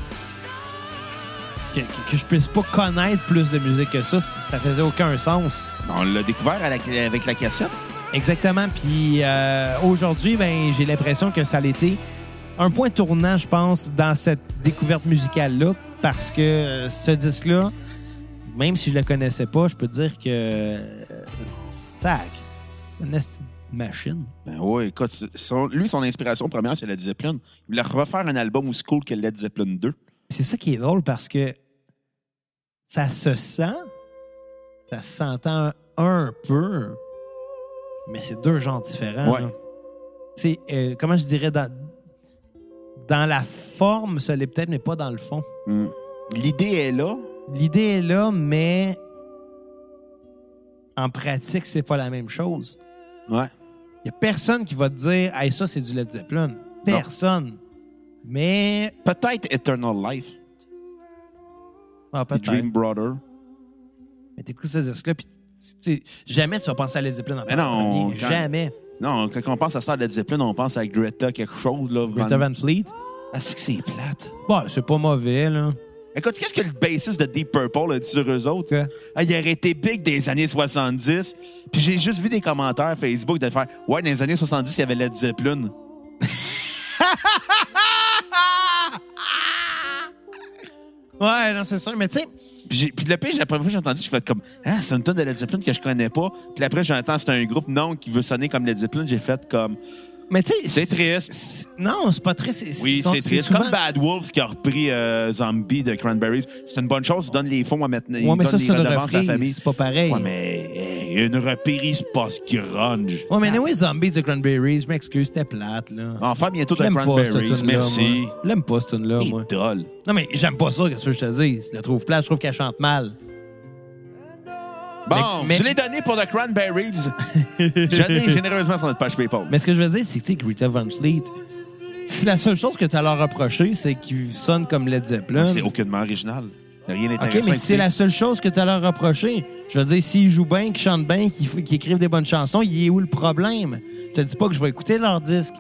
[SPEAKER 3] que, que- que je puisse pas connaître plus de musique que ça, ça faisait aucun sens.
[SPEAKER 1] On l'a découvert à la- avec la cassette.
[SPEAKER 3] Exactement. Puis euh, aujourd'hui, ben, j'ai l'impression que ça a été un point tournant, je pense, dans cette découverte musicale-là, parce que euh, ce disque-là, même si je le connaissais pas, je peux dire que euh, sac, une esti de machine.
[SPEAKER 1] Ben oui, écoute, c'est- son- lui, son inspiration première, c'est Led Zeppelin. Il voulait refaire un album aussi cool que Led Zeppelin 2.
[SPEAKER 3] Puis C'est ça qui est drôle parce que ça se sent, ça s'entend un peu, mais c'est deux genres différents.
[SPEAKER 1] Ouais.
[SPEAKER 3] là. C'est, euh, comment je dirais, dans, dans la forme, ça l'est peut-être, mais pas dans le fond.
[SPEAKER 1] Hmm. L'idée est là.
[SPEAKER 3] L'idée est là, mais en pratique, c'est pas la même chose.
[SPEAKER 1] Ouais.
[SPEAKER 3] Il y a personne qui va te dire, hey, ça, c'est du Led Zeppelin. Personne. Mais.
[SPEAKER 1] Peut-être Eternal Life,
[SPEAKER 3] Ah,
[SPEAKER 1] puis
[SPEAKER 3] peut-être.
[SPEAKER 1] Dream Brother.
[SPEAKER 3] Mais t'écoutes ce disque-là, puis tu sais, jamais tu vas penser à Led Zeppelin en
[SPEAKER 1] Mais non,
[SPEAKER 3] premier.
[SPEAKER 1] quand-
[SPEAKER 3] Jamais.
[SPEAKER 1] Non, quand on pense à ça, à Led Zeppelin, on pense à Greta quelque chose. Là,
[SPEAKER 3] Greta Van Fleet.
[SPEAKER 1] Ah, c'est que c'est plate.
[SPEAKER 3] Bon, c'est pas mauvais, là.
[SPEAKER 1] Écoute, qu'est-ce que le bassiste de Deep Purple a dit sur eux autres?
[SPEAKER 3] Quoi?
[SPEAKER 1] Ah, il aurait été big des années 70. Puis j'ai juste vu des commentaires Facebook de faire « Ouais, dans les années 70, il y avait Led Zeppelin.
[SPEAKER 3] Ouais, non, c'est sûr. Mais tu sais, »
[SPEAKER 1] Puis j'ai- puis le pire, la première fois que j'ai entendu, je fais comme « Ah, c'est une tonne de Led Zeppelin que je connais pas. » Puis après, j'entends c'est un groupe non qui veut sonner comme Led Zeppelin. J'ai fait comme
[SPEAKER 3] mais tu sais.
[SPEAKER 1] C'est triste.
[SPEAKER 3] c'est- Non, c'est pas triste.
[SPEAKER 1] «
[SPEAKER 3] c'est-
[SPEAKER 1] Oui,
[SPEAKER 3] sont-
[SPEAKER 1] c'est triste.
[SPEAKER 3] souvent-
[SPEAKER 1] Comme Bad Wolves qui a repris euh, Zombie de Cranberries. C'est une bonne chose. Ils donnent les fonds à maintenant.
[SPEAKER 3] Ouais, mais ça, c'est une
[SPEAKER 1] à la
[SPEAKER 3] reprise.
[SPEAKER 1] famille.
[SPEAKER 3] C'est pas pareil.
[SPEAKER 1] Ouais, mais hey, une reprise post-grunge.
[SPEAKER 3] Ouais, mais anyway, Zombie de Cranberries, je m'excuse, c'était plate, là.
[SPEAKER 1] Enfin, bientôt Ah, de
[SPEAKER 3] J'aime pas cette
[SPEAKER 1] Cranberries.
[SPEAKER 3] tune-là,
[SPEAKER 1] Merci.
[SPEAKER 3] moi. J'aime pas cette tune-là, moi.
[SPEAKER 1] Idole.
[SPEAKER 3] Non, mais j'aime pas ça, qu'est-ce que je te dis? Je la trouve plate, je trouve qu'elle chante mal.
[SPEAKER 1] Bon,
[SPEAKER 3] Mais-
[SPEAKER 1] je
[SPEAKER 3] mais-
[SPEAKER 1] l'ai donné pour The Cranberries. Je l'ai généreusement sur notre page PayPal.
[SPEAKER 3] Mais ce que je veux dire, c'est que tu sais, Greta Van Fleet, si la seule chose que tu as à leur reprocher, c'est qu'ils sonnent comme Led Zeppelin,
[SPEAKER 1] C'est aucunement original. Rien
[SPEAKER 3] OK,
[SPEAKER 1] d'intéressant.
[SPEAKER 3] mais si c'est la seule chose que tu as leur reproché, je veux dire, s'ils jouent bien, qu'ils chantent bien, qu'ils f- qu'ils écrivent des bonnes chansons, il est où le problème? Je te dis pas que je vais écouter leur disque.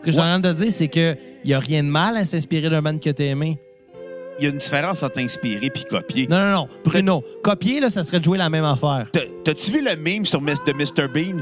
[SPEAKER 3] Ce que j'ai envie de dire, c'est que il y a rien de mal à s'inspirer d'un band que t'as aimé.
[SPEAKER 1] Il y a une différence entre inspirer puis copier.
[SPEAKER 3] Non, non, non. Bruno, copier, là, ça serait de jouer la même affaire.
[SPEAKER 1] T'as- T'as-tu vu le meme sur Mis- de Mr. Bean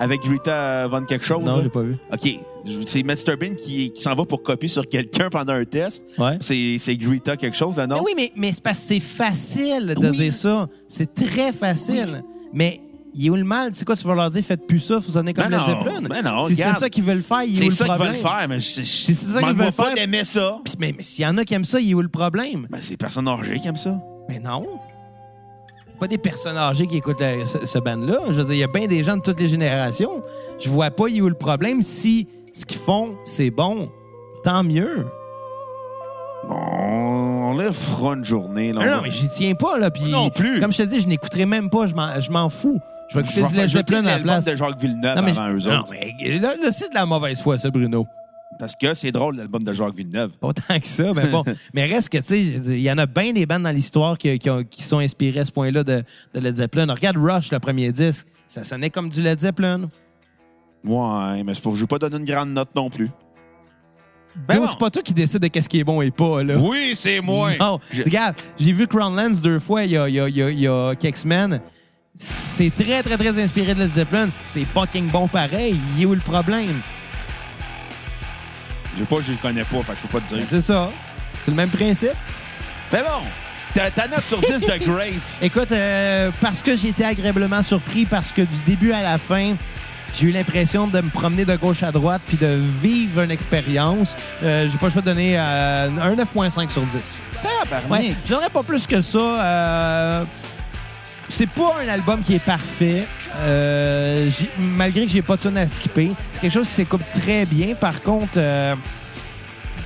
[SPEAKER 1] avec Rita Von quelque chose?
[SPEAKER 3] Non,
[SPEAKER 1] là?
[SPEAKER 3] j'ai pas vu.
[SPEAKER 1] OK. Je- C'est Mr. Bean qui, qui s'en va pour copier sur quelqu'un pendant un test.
[SPEAKER 3] Ouais.
[SPEAKER 1] C'est c'est Greta quelque chose, là, non?
[SPEAKER 3] Mais oui, mais, mais c'est parce que c'est facile de
[SPEAKER 1] Oui.
[SPEAKER 3] dire ça. C'est très facile. Mais il est où le mal? Tu sais quoi, tu vas leur dire, faites plus ça, fonctionnez comme
[SPEAKER 1] Ben
[SPEAKER 3] le
[SPEAKER 1] non,
[SPEAKER 3] Zeppelin.
[SPEAKER 1] ben non,
[SPEAKER 3] si c'est
[SPEAKER 1] regarde.
[SPEAKER 3] ça qu'ils veulent faire, il est où
[SPEAKER 1] C'est
[SPEAKER 3] le
[SPEAKER 1] ça qu'ils
[SPEAKER 3] problème?
[SPEAKER 1] veulent faire, mais c'est
[SPEAKER 3] C'est ça qu'ils veulent
[SPEAKER 1] pas
[SPEAKER 3] faire.
[SPEAKER 1] d'aimer ça.
[SPEAKER 3] Puis- mais mais s'il y en a qui aiment ça, il est où le problème?
[SPEAKER 1] Ben, c'est personne orgée qui aime ça.
[SPEAKER 3] Mais non. Pas des personnes âgées qui écoutent le- ce, ce band-là. Je veux dire, il y a bien des gens de toutes les générations. Je vois pas il est où le problème. Si ce qu'ils font, c'est bon, tant mieux.
[SPEAKER 1] Bon, on lève front une journée. Là,
[SPEAKER 3] Ah Non,
[SPEAKER 1] On
[SPEAKER 3] non,
[SPEAKER 1] va-
[SPEAKER 3] mais j'y tiens pas, là. Puis,
[SPEAKER 1] Non plus.
[SPEAKER 3] Comme je te dis, je n'écouterai même pas. Je m'en- je m'en fous. Je vais
[SPEAKER 1] Je
[SPEAKER 3] écouter
[SPEAKER 1] vais
[SPEAKER 3] du
[SPEAKER 1] faire
[SPEAKER 3] Led
[SPEAKER 1] jeter
[SPEAKER 3] Zeppelin à la
[SPEAKER 1] l'album
[SPEAKER 3] place.
[SPEAKER 1] de Jacques Villeneuve
[SPEAKER 3] Non, mais,
[SPEAKER 1] avant eux
[SPEAKER 3] non,
[SPEAKER 1] autres.
[SPEAKER 3] mais là, là, c'est de la mauvaise foi, ça, Bruno.
[SPEAKER 1] Parce que c'est drôle, l'album de Jacques Villeneuve.
[SPEAKER 3] Pas autant que ça, mais bon. mais reste que, tu sais, il y en a bien des bandes dans l'histoire qui, qui ont- qui sont inspirées à ce point-là de, de Led Zeppelin. Regarde Rush, le premier disque. Ça sonnait comme du Led Zeppelin.
[SPEAKER 1] Ouais, mais c'est pour... je ne vais pas donner une grande note non plus.
[SPEAKER 3] Dude,
[SPEAKER 1] bon.
[SPEAKER 3] c'est pas toi qui décide de qu'est-ce qui est bon et pas, là.
[SPEAKER 1] Ben Oui, c'est moi.
[SPEAKER 3] Euh. Non,
[SPEAKER 1] Je-
[SPEAKER 3] regarde, j'ai vu Crownlands deux fois il y a, il y a- il y a- il y a quelques semaines. C'est très, très, très inspiré de Led Zeppelin. C'est fucking bon pareil. Il est où le problème?
[SPEAKER 1] Je sais pas, je le connais pas, fait que je peux pas te
[SPEAKER 3] Ben,
[SPEAKER 1] dire.
[SPEAKER 3] C'est ça. C'est le même principe.
[SPEAKER 1] Mais bon, ta, ta note sur 10 de Grace.
[SPEAKER 3] Écoute, euh, parce que j'ai été agréablement surpris, parce que du début à la fin, j'ai eu l'impression de me promener de gauche à droite puis de vivre une expérience. Euh, j'ai pas le choix de donner euh, un 9.5 sur 10. Ouais, j'en ai pas plus que ça. Euh, c'est pas un album qui est parfait, euh, j'ai- malgré que j'ai pas de tune à skipper. C'est quelque chose qui s'écoute très bien. Par contre, euh,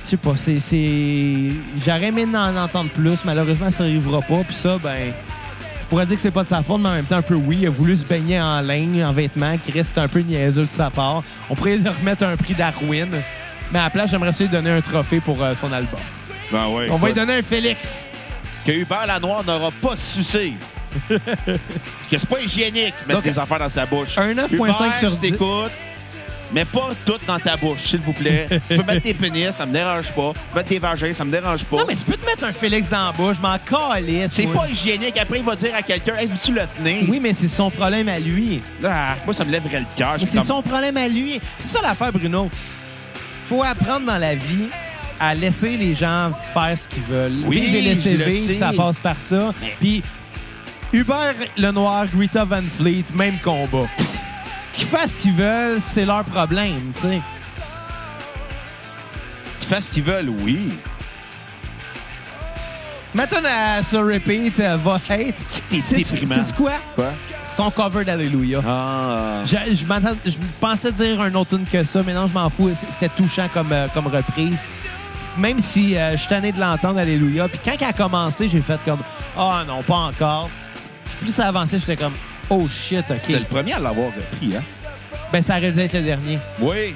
[SPEAKER 3] je sais pas, c'est, c'est- j'aurais aimé en entendre plus. Malheureusement, ça arrivera pas. Puis ça, ben, je pourrais dire que c'est pas de sa faute, mais en même temps, un peu oui. Il a voulu se baigner en ligne, en vêtements, qui reste un peu niaiseux de sa part. On pourrait lui remettre un prix Darwin, mais à la place, j'aimerais essayer de donner un trophée pour euh, son album.
[SPEAKER 1] Ben ouais.
[SPEAKER 3] On va lui donner un Félix.
[SPEAKER 1] Que Hubert Lanoir n'aura pas sucé. que c'est pas hygiénique mettre
[SPEAKER 3] Donc,
[SPEAKER 1] des affaires dans sa bouche.
[SPEAKER 3] un 9.5
[SPEAKER 1] Hubert,
[SPEAKER 3] sur
[SPEAKER 1] je
[SPEAKER 3] 10.
[SPEAKER 1] t'écoute. Mais pas tout dans ta bouche, s'il vous plaît. tu peux mettre des pénis, ça me dérange pas. Tu peux mettre des vagins, ça me dérange pas.
[SPEAKER 3] Non, mais tu peux te mettre un Félix dans la bouche, je m'en calisse.
[SPEAKER 1] C'est
[SPEAKER 3] moi.
[SPEAKER 1] pas hygiénique. Après, il va dire à quelqu'un, est-ce que tu le tenais?
[SPEAKER 3] Oui, mais c'est son problème à lui.
[SPEAKER 1] Ah, moi, ça me lèverait le cœur.
[SPEAKER 3] Mais
[SPEAKER 1] Je suis
[SPEAKER 3] c'est
[SPEAKER 1] comme-
[SPEAKER 3] son problème à lui. C'est ça l'affaire, Bruno. Faut apprendre dans la vie à laisser les gens faire ce qu'ils veulent.
[SPEAKER 1] Oui,
[SPEAKER 3] Vivre et laisser
[SPEAKER 1] je le
[SPEAKER 3] vivre,
[SPEAKER 1] sais.
[SPEAKER 3] ça passe par ça.
[SPEAKER 1] Mais-
[SPEAKER 3] Puis Hubert Lenoir, Greta Van Fleet, même combat. Qu'ils fassent ce qu'ils veulent, c'est leur problème, tu sais.
[SPEAKER 1] Qu'ils fassent ce qu'ils veulent, oui.
[SPEAKER 3] Maintenant, à se repeat, euh, va être.
[SPEAKER 1] T'es déprimant.
[SPEAKER 3] C'est quoi?
[SPEAKER 1] Quoi?
[SPEAKER 3] Son cover d'Alléluia.
[SPEAKER 1] Ah.
[SPEAKER 3] Je, je m'entends- je pensais dire un autre tune que ça, mais non, je m'en fous. C- C'était touchant comme, euh, comme reprise. Même si euh, je suis tanné de l'entendre, Alléluia. Puis quand elle a commencé, j'ai fait comme Ah non, pas encore. Puis plus ça avançait, j'étais comme Oh shit,
[SPEAKER 1] T'es
[SPEAKER 3] OK.
[SPEAKER 1] le premier à l'avoir repris, hein?
[SPEAKER 3] Ben ça aurait dû être le dernier.
[SPEAKER 1] Oui.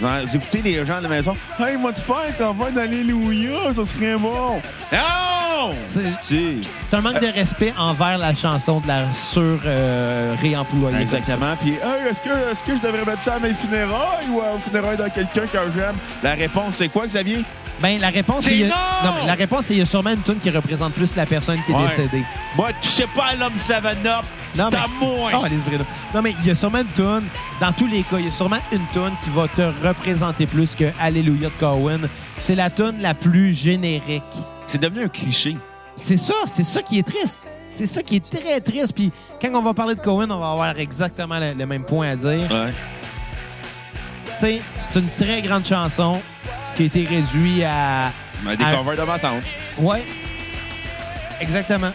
[SPEAKER 1] Non, Vous écoutez les gens à la maison. Hey, moi, tu fais un cover d'Alléluia, ça serait bon. Non!
[SPEAKER 3] C'est-
[SPEAKER 1] Tu
[SPEAKER 3] C'est un manque
[SPEAKER 1] Euh.
[SPEAKER 3] de respect envers la chanson de la sur euh, réemployée.
[SPEAKER 1] Exactement. Puis, hey, est-ce que, est-ce que je devrais mettre ça à mes funérailles ou à- aux funérailles de quelqu'un que j'aime? La réponse, c'est quoi, Xavier?
[SPEAKER 3] Ben la réponse,
[SPEAKER 1] C'est
[SPEAKER 3] il y a-
[SPEAKER 1] non!
[SPEAKER 3] mais la réponse, c'est il y a sûrement une tune qui représente plus la personne qui est
[SPEAKER 1] Ouais.
[SPEAKER 3] décédée.
[SPEAKER 1] Moi, tu sais pas à l'homme 7-Up. C'est
[SPEAKER 3] Non, mais-
[SPEAKER 1] à moi.
[SPEAKER 3] Oh, Alice Brideau. Non, mais il y a sûrement une toune, dans tous les cas, il y a sûrement une toune qui va te représenter plus que Alléluia de Cowan. C'est la toune la plus générique.
[SPEAKER 1] C'est devenu un cliché.
[SPEAKER 3] C'est ça, c'est ça qui est triste. C'est ça qui est très triste. Puis quand on va parler de Cowan, on va avoir exactement le, le même point à dire.
[SPEAKER 1] Ouais.
[SPEAKER 3] Tu sais, c'est une très grande chanson qui a été réduite à.
[SPEAKER 1] Mais des
[SPEAKER 3] Ah.
[SPEAKER 1] covers de ma tante.
[SPEAKER 3] Ouais. Exactement.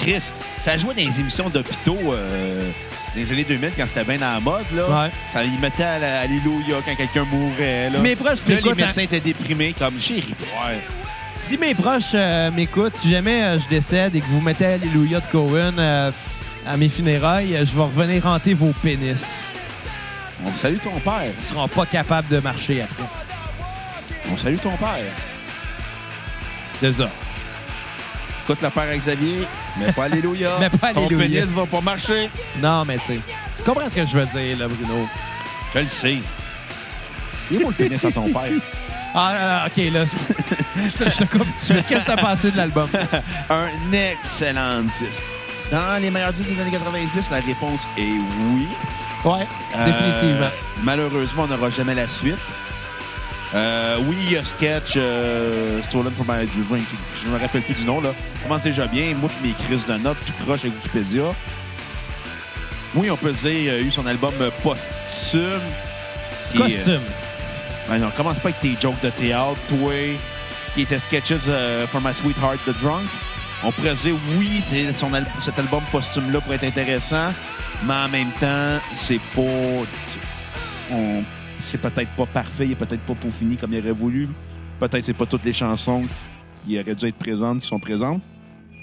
[SPEAKER 1] Chris, ça jouait dans les émissions d'hôpitaux euh, dans les années 2000 quand c'était bien dans la mode. Là.
[SPEAKER 3] Ouais.
[SPEAKER 1] Ça, ils mettaient à la- Alléluia quand quelqu'un mourait. Là.
[SPEAKER 3] Si mes proches
[SPEAKER 1] là, les
[SPEAKER 3] m'écoutent,
[SPEAKER 1] médecins étaient déprimés comme j'ai ri. Ouais.
[SPEAKER 3] Si mes proches euh, m'écoutent, si jamais euh, je décède et que vous mettez Alléluia de Cohen euh, à mes funérailles, euh, je vais revenir hanter vos pénis.
[SPEAKER 1] On salue ton père.
[SPEAKER 3] Ils seront pas capables de marcher après.
[SPEAKER 1] On salue ton père.
[SPEAKER 3] C'est ça.
[SPEAKER 1] Écoute la paire à Xavier, mais pas Alléluia.
[SPEAKER 3] Mais pas
[SPEAKER 1] Ton
[SPEAKER 3] Alléluia.
[SPEAKER 1] pénis va pas marcher.
[SPEAKER 3] Non, mais tu sais. Tu comprends ce que je veux dire, là, Bruno?
[SPEAKER 1] Je le sais. Il est où le pénis à ton père?
[SPEAKER 3] Ah, là, là, OK, là. c'est- je te coupe. tout de suite. Qu'est-ce que t'as pensé de l'album?
[SPEAKER 1] Un excellent disque. Dans les meilleurs disques des années 90, la réponse est oui.
[SPEAKER 3] Ouais, définitivement.
[SPEAKER 1] Euh, malheureusement, on n'aura jamais la suite. Euh, oui, il y a Sketch, euh, Stolen from My Dream, je me rappelle plus du nom, là. Comment déjà bien, moi pis mes crises de notes, tout croche avec Wikipédia. Oui, on peut le dire, il a eu son album euh, posthume. qui, euh,
[SPEAKER 3] Costume.
[SPEAKER 1] ben non, commence pas avec tes jokes de théâtre, toi. Il était Sketches euh, for My Sweetheart the Drunk. On pourrait dire, oui, c'est son al- cet album posthume-là pourrait être intéressant, mais en même temps, c'est pas. on- c'est peut-être pas parfait, il est peut-être pas fini comme il aurait voulu. Peut-être c'est pas toutes les chansons qui auraient dû être présentes qui sont présentes.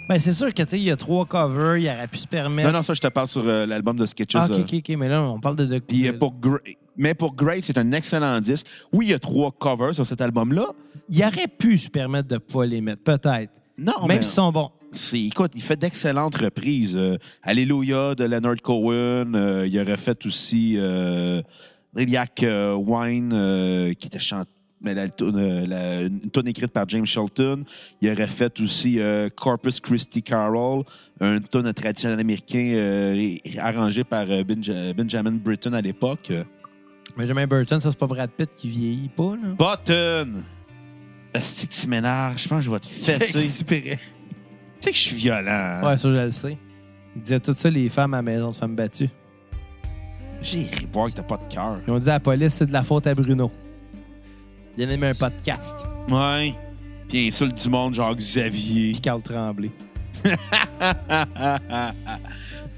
[SPEAKER 3] Ben, c'est sûr que, tu sais, il y a trois covers, il aurait pu se permettre.
[SPEAKER 1] Non, non, ça, je te parle sur euh, l'album de Sketches.
[SPEAKER 3] Ah, OK, OK, OK, mais là, on parle de... de-
[SPEAKER 1] Puis, euh, pour Gra- Mais pour Grace, c'est un excellent disque. Oui, il y a trois covers sur cet album-là.
[SPEAKER 3] Il aurait pu se permettre de pas les mettre, peut-être.
[SPEAKER 1] Non,
[SPEAKER 3] Même
[SPEAKER 1] mais-
[SPEAKER 3] s'ils sont bons.
[SPEAKER 1] C'est- écoute, il fait d'excellentes reprises. Euh, Alléluia de Leonard Cohen. euh, il aurait fait aussi euh, Reliac euh, Wine, euh, qui était chanté. Mais la, toune, euh, la- une toune écrite par James Shelton. Il aurait fait aussi euh, Corpus Christi Carol, une toune traditionnelle américaine euh, et- et arrangée par euh, Benja- Benjamin Britten à l'époque. Euh,
[SPEAKER 3] Benjamin Burton, ça, c'est pas Brad Pitt qui vieillit pas, là.
[SPEAKER 1] Button! Est-ce que tu m'énerves? Je pense que je vais te fesser. Tu sais que je suis violent. hein?
[SPEAKER 3] Ouais, ça, je le sais. Il disait tout ça, les femmes à la maison de femmes battues.
[SPEAKER 1] J'ai ri voir que t'as pas de cœur.
[SPEAKER 3] Ils ont dit à la police, c'est de la faute à Bruno. Il a même un podcast,
[SPEAKER 1] Ouais. Puis insulte du monde, genre Xavier.
[SPEAKER 3] puis Carl Tremblay.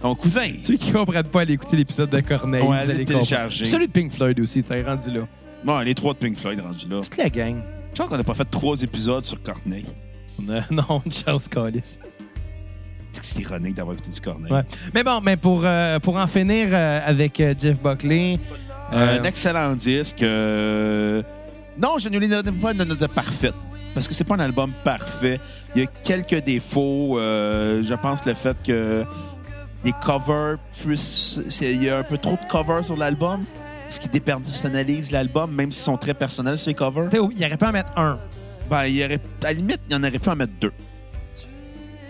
[SPEAKER 1] Ton cousin.
[SPEAKER 3] Ceux qui comprennent pas, allez écouter l'épisode de Corneille.
[SPEAKER 1] Ouais,
[SPEAKER 3] vous
[SPEAKER 1] allez
[SPEAKER 3] allez
[SPEAKER 1] télécharger.
[SPEAKER 3] comprendre. Celui de Pink Floyd aussi, t'es rendu là.
[SPEAKER 1] Bon, les trois de Pink Floyd rendus là.
[SPEAKER 3] Toute la gang.
[SPEAKER 1] Je pense qu'on n'a pas fait trois épisodes sur Corneille.
[SPEAKER 3] On a- non, Charles Collis.
[SPEAKER 1] C'est ironique d'avoir écouté du Corneille.
[SPEAKER 3] Ouais. Mais bon, mais pour, euh, pour en finir euh, avec euh, Jeff Buckley,
[SPEAKER 1] Euh,
[SPEAKER 3] euh,
[SPEAKER 1] Un excellent disque. euh, Non, je ne lui donne pas une note parfaite. Parce que c'est pas un album parfait. Il y a quelques défauts. euh, je pense le fait que les covers puissent. c'est- Il y a un peu trop de covers sur l'album. Ce qui dépersonnalise l'album, même s'ils sont très personnels, ces covers.
[SPEAKER 3] tu sais, il aurait pu en mettre un.
[SPEAKER 1] Ben, il y aurait, à la limite, il y en aurait pu en mettre deux.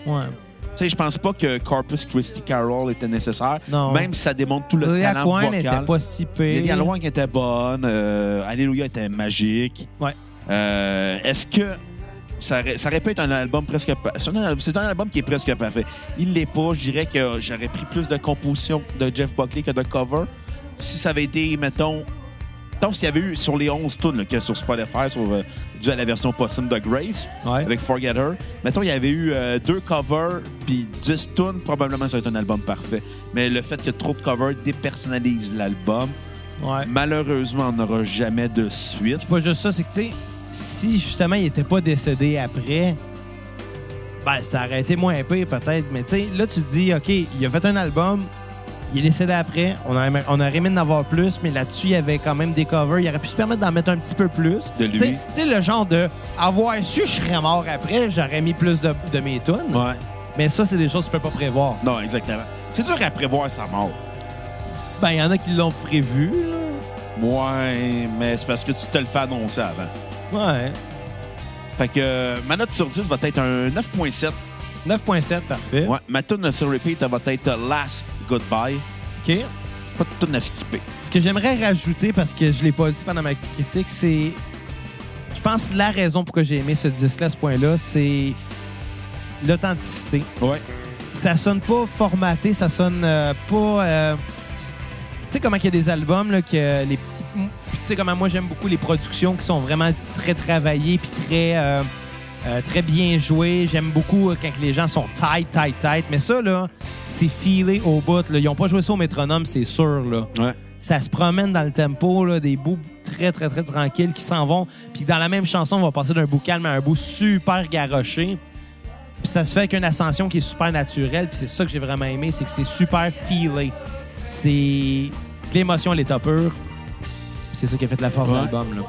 [SPEAKER 3] Ouais.
[SPEAKER 1] Tu sais, je pense pas que Corpus Christi Carol était nécessaire,
[SPEAKER 3] Non.
[SPEAKER 1] même si ça démontre tout le
[SPEAKER 3] Lily
[SPEAKER 1] talent
[SPEAKER 3] Aquine
[SPEAKER 1] vocal.
[SPEAKER 3] était pas si
[SPEAKER 1] Lily
[SPEAKER 3] pire.
[SPEAKER 1] Alwine était bonne, euh, Alléluia était magique.
[SPEAKER 3] Ouais.
[SPEAKER 1] Euh, Est-ce que ça, aurait- ça aurait pu être un album presque... pa- C'est un, al- c'est un album qui est presque parfait. Il l'est pas. Je dirais que j'aurais pris plus de composition de Jeff Buckley que de cover. Si ça avait été, mettons... Tant s'il y avait eu sur les 11 tunes là, qu'il y a sur Spotify, sur, euh, dû à la version possible de Grace,
[SPEAKER 3] Ouais.
[SPEAKER 1] avec Forget Her. Mettons, il y avait eu euh, deux covers puis 10 tunes, probablement ça aurait été un album parfait. Mais le fait que trop de covers dépersonnalise l'album.
[SPEAKER 3] Ouais.
[SPEAKER 1] Malheureusement, on n'aura jamais de suite.
[SPEAKER 3] Pas juste ça, c'est que, tu sais, si justement il était pas décédé après, ben, ça aurait été moins pire peut-être. Mais tu sais, là, tu te dis, OK, il a fait un album, il est décédé après, on aurait, on aurait aimé en avoir plus, mais là-dessus, il y avait quand même des covers. Il aurait pu se permettre d'en mettre un petit peu plus.
[SPEAKER 1] De lui.
[SPEAKER 3] Tu sais- tu sais, le genre de avoir su, je serais mort après, j'aurais mis plus de, de mes tunes.
[SPEAKER 1] Ouais.
[SPEAKER 3] Mais ça, c'est des choses que tu peux pas prévoir.
[SPEAKER 1] Non, exactement. C'est dur à prévoir sa mort.
[SPEAKER 3] Ben, il y en a qui l'ont prévu, là.
[SPEAKER 1] Ouais, mais c'est parce que tu te le fais annoncer avant.
[SPEAKER 3] Ouais.
[SPEAKER 1] Fait que euh, ma note sur 10 va être un 9.7.
[SPEAKER 3] 9.7, parfait.
[SPEAKER 1] Ouais, ma tune sur repeat elle va être euh, Last Goodbye.
[SPEAKER 3] OK.
[SPEAKER 1] Pas de tune à skipper.
[SPEAKER 3] Ce que j'aimerais rajouter, parce que je l'ai pas dit pendant ma critique, c'est. Je pense que la raison pourquoi j'ai aimé ce disque-là, à ce point-là, c'est l'authenticité.
[SPEAKER 1] Ouais.
[SPEAKER 3] Ça sonne pas formaté, ça sonne euh, pas. euh, Tu sais comment il y a des albums, là, que les. Puis tu sais comment moi j'aime beaucoup les productions qui sont vraiment très travaillées puis très. euh, euh, très bien jouées. J'aime beaucoup euh, quand les gens sont tight, tight, tight. Mais ça, là, c'est filé au bout. Là. Ils ont pas joué ça au métronome, c'est sûr, là
[SPEAKER 1] Ouais.
[SPEAKER 3] ça se promène dans le tempo, là, des bouts très, très, très tranquilles qui s'en vont. Puis dans la même chanson, on va passer d'un bout calme à un bout super garoché. Puis ça se fait avec une ascension qui est super naturelle. Puis c'est ça que j'ai vraiment aimé, c'est que c'est super feelé. C'est... L'émotion, elle est top pure. Puis C'est ça qui a fait la force
[SPEAKER 1] Ouais.
[SPEAKER 3] de l'album, là.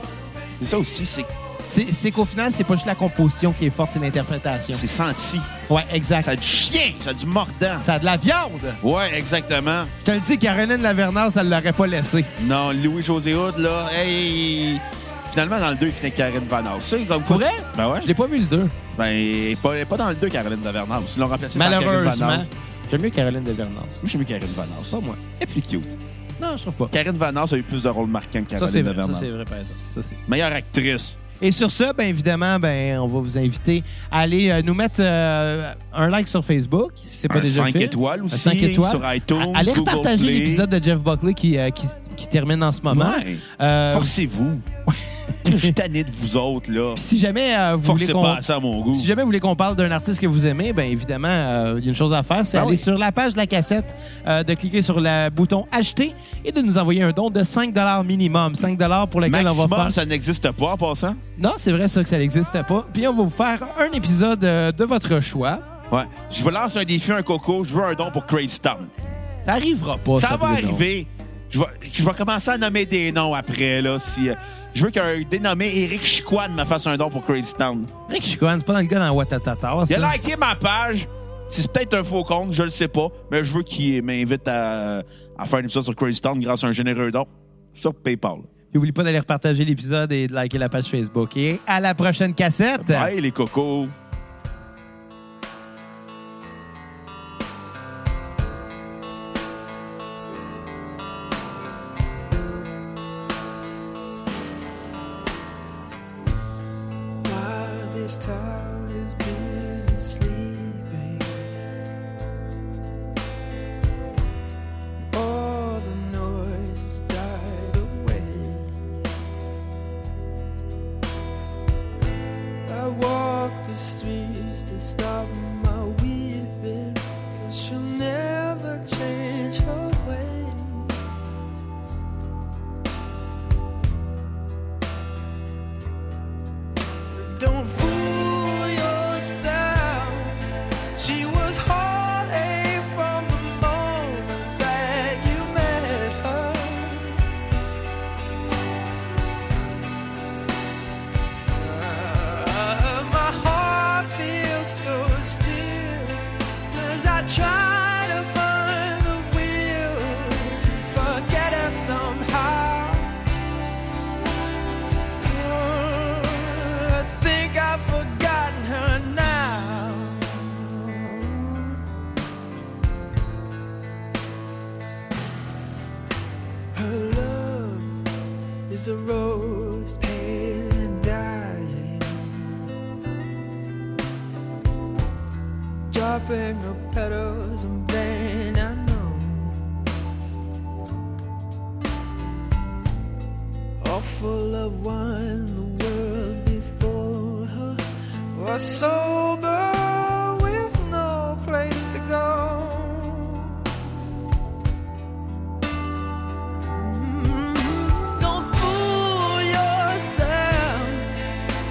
[SPEAKER 1] C'est ça aussi, c'est que
[SPEAKER 3] C'est c'est qu'au final, c'est pas juste la composition qui est forte, c'est l'interprétation.
[SPEAKER 1] C'est senti.
[SPEAKER 3] Ouais, exact.
[SPEAKER 1] Ça a du chien, ça a du mordant.
[SPEAKER 3] Ça a de la viande!
[SPEAKER 1] Ouais, exactement.
[SPEAKER 3] Je te le dis, Caroline Lavernas, elle l'aurait pas laissé.
[SPEAKER 1] Non, Louis-José Hood, là, hey! Finalement, dans le 2, il finit avec Karen Van House. C'est comme
[SPEAKER 3] Pour
[SPEAKER 1] quoi?
[SPEAKER 3] vrai?
[SPEAKER 1] Ben ouais.
[SPEAKER 3] Je l'ai pas vu le 2,
[SPEAKER 1] Ben, elle est pas, elle est pas dans le 2, Caroline Davernas. Ils l'ont remplacé par Karen Van House.
[SPEAKER 3] malheureusement.
[SPEAKER 1] Moi,
[SPEAKER 3] J'aime mieux Caroline Lavernas.
[SPEAKER 1] j'ai mis Karen Van House.
[SPEAKER 3] Pas moi.
[SPEAKER 1] Elle est plus cute.
[SPEAKER 3] Non, je trouve pas.
[SPEAKER 1] Karen Van House a eu plus de rôles marquants que
[SPEAKER 3] Ça,
[SPEAKER 1] Caroline
[SPEAKER 3] c'est vrai. Ça,
[SPEAKER 1] Davernas.
[SPEAKER 3] c'est vrai, par exemple. Ça, c'est-
[SPEAKER 1] Meilleure actrice.
[SPEAKER 3] Et sur ce, bien évidemment, ben, on va vous inviter à aller euh, nous mettre euh, un like sur Facebook, si c'est pas
[SPEAKER 1] Un
[SPEAKER 3] déjà
[SPEAKER 1] 5
[SPEAKER 3] fait.
[SPEAKER 1] étoiles aussi,
[SPEAKER 3] Un cinq étoiles.
[SPEAKER 1] sur iTunes,
[SPEAKER 3] À- Allez
[SPEAKER 1] Google
[SPEAKER 3] repartager
[SPEAKER 1] Play.
[SPEAKER 3] l'épisode de Jeff Buckley qui, euh, qui, qui termine en ce moment.
[SPEAKER 1] Ouais.
[SPEAKER 3] Euh,
[SPEAKER 1] Forcez-vous. je suis tanné de vous autres, là.
[SPEAKER 3] puis si jamais euh, vous voulez
[SPEAKER 1] Forcez
[SPEAKER 3] qu'on
[SPEAKER 1] pas ça à mon goût.
[SPEAKER 3] si jamais vous voulez qu'on parle d'un artiste que vous aimez, bien évidemment, euh, il y a une chose à faire, c'est
[SPEAKER 1] Ben
[SPEAKER 3] aller
[SPEAKER 1] oui.
[SPEAKER 3] sur la page de la cassette, euh, de cliquer sur le bouton acheter et de nous envoyer un don de 5 minimum. 5 pour lequel on va
[SPEAKER 1] Maximum,
[SPEAKER 3] faire.
[SPEAKER 1] ça n'existe pas en passant.
[SPEAKER 3] Non, c'est vrai ça que ça n'existe pas. Puis on va vous faire un épisode euh, de votre choix.
[SPEAKER 1] Ouais. Je vous lance un défi, un coco. Je veux un don pour Crazy Town.
[SPEAKER 3] Ça arrivera pas.
[SPEAKER 1] Ça va
[SPEAKER 3] tous les dons.
[SPEAKER 1] arriver. Je vais, je vais commencer à nommer des noms après, là. Si, euh, je veux qu'un dénommé Eric Chiquan me fasse un don pour Crazy Town.
[SPEAKER 3] Rick Chicoine, c'est pas dans le gars dans Watatata.
[SPEAKER 1] Il
[SPEAKER 3] ça.
[SPEAKER 1] a liké ma page. C'est peut-être un faux compte, je le sais pas, mais je veux qu'il m'invite à, à faire une épisode sur Crazy Town grâce à un généreux don sur PayPal.
[SPEAKER 3] Puis N'oublie pas d'aller repartager l'épisode et de liker la page Facebook. Et à la prochaine cassette.
[SPEAKER 1] Bye les cocos!
[SPEAKER 2] While this town is busy sleeping, all the noise has died away. I walk the streets to stop my weeping, cause she'll never change her ways. Don't fool yourself. She was hard A from the moment that you met her. Ah, my heart feels so still as I try to find the will to forget her somehow. I think I've forgotten her now. Her love is a rose pale and dying, dropping her petals and then I know. all full of wine, the world before her was sober with no place to go. Mm, Don't fool yourself.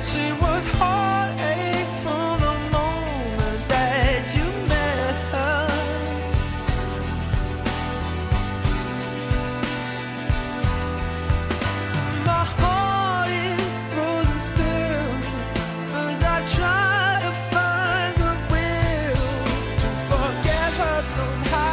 [SPEAKER 2] She was heartache from the moment that you met her. My heart is frozen still as I try to find the will to forget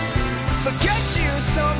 [SPEAKER 2] fight you some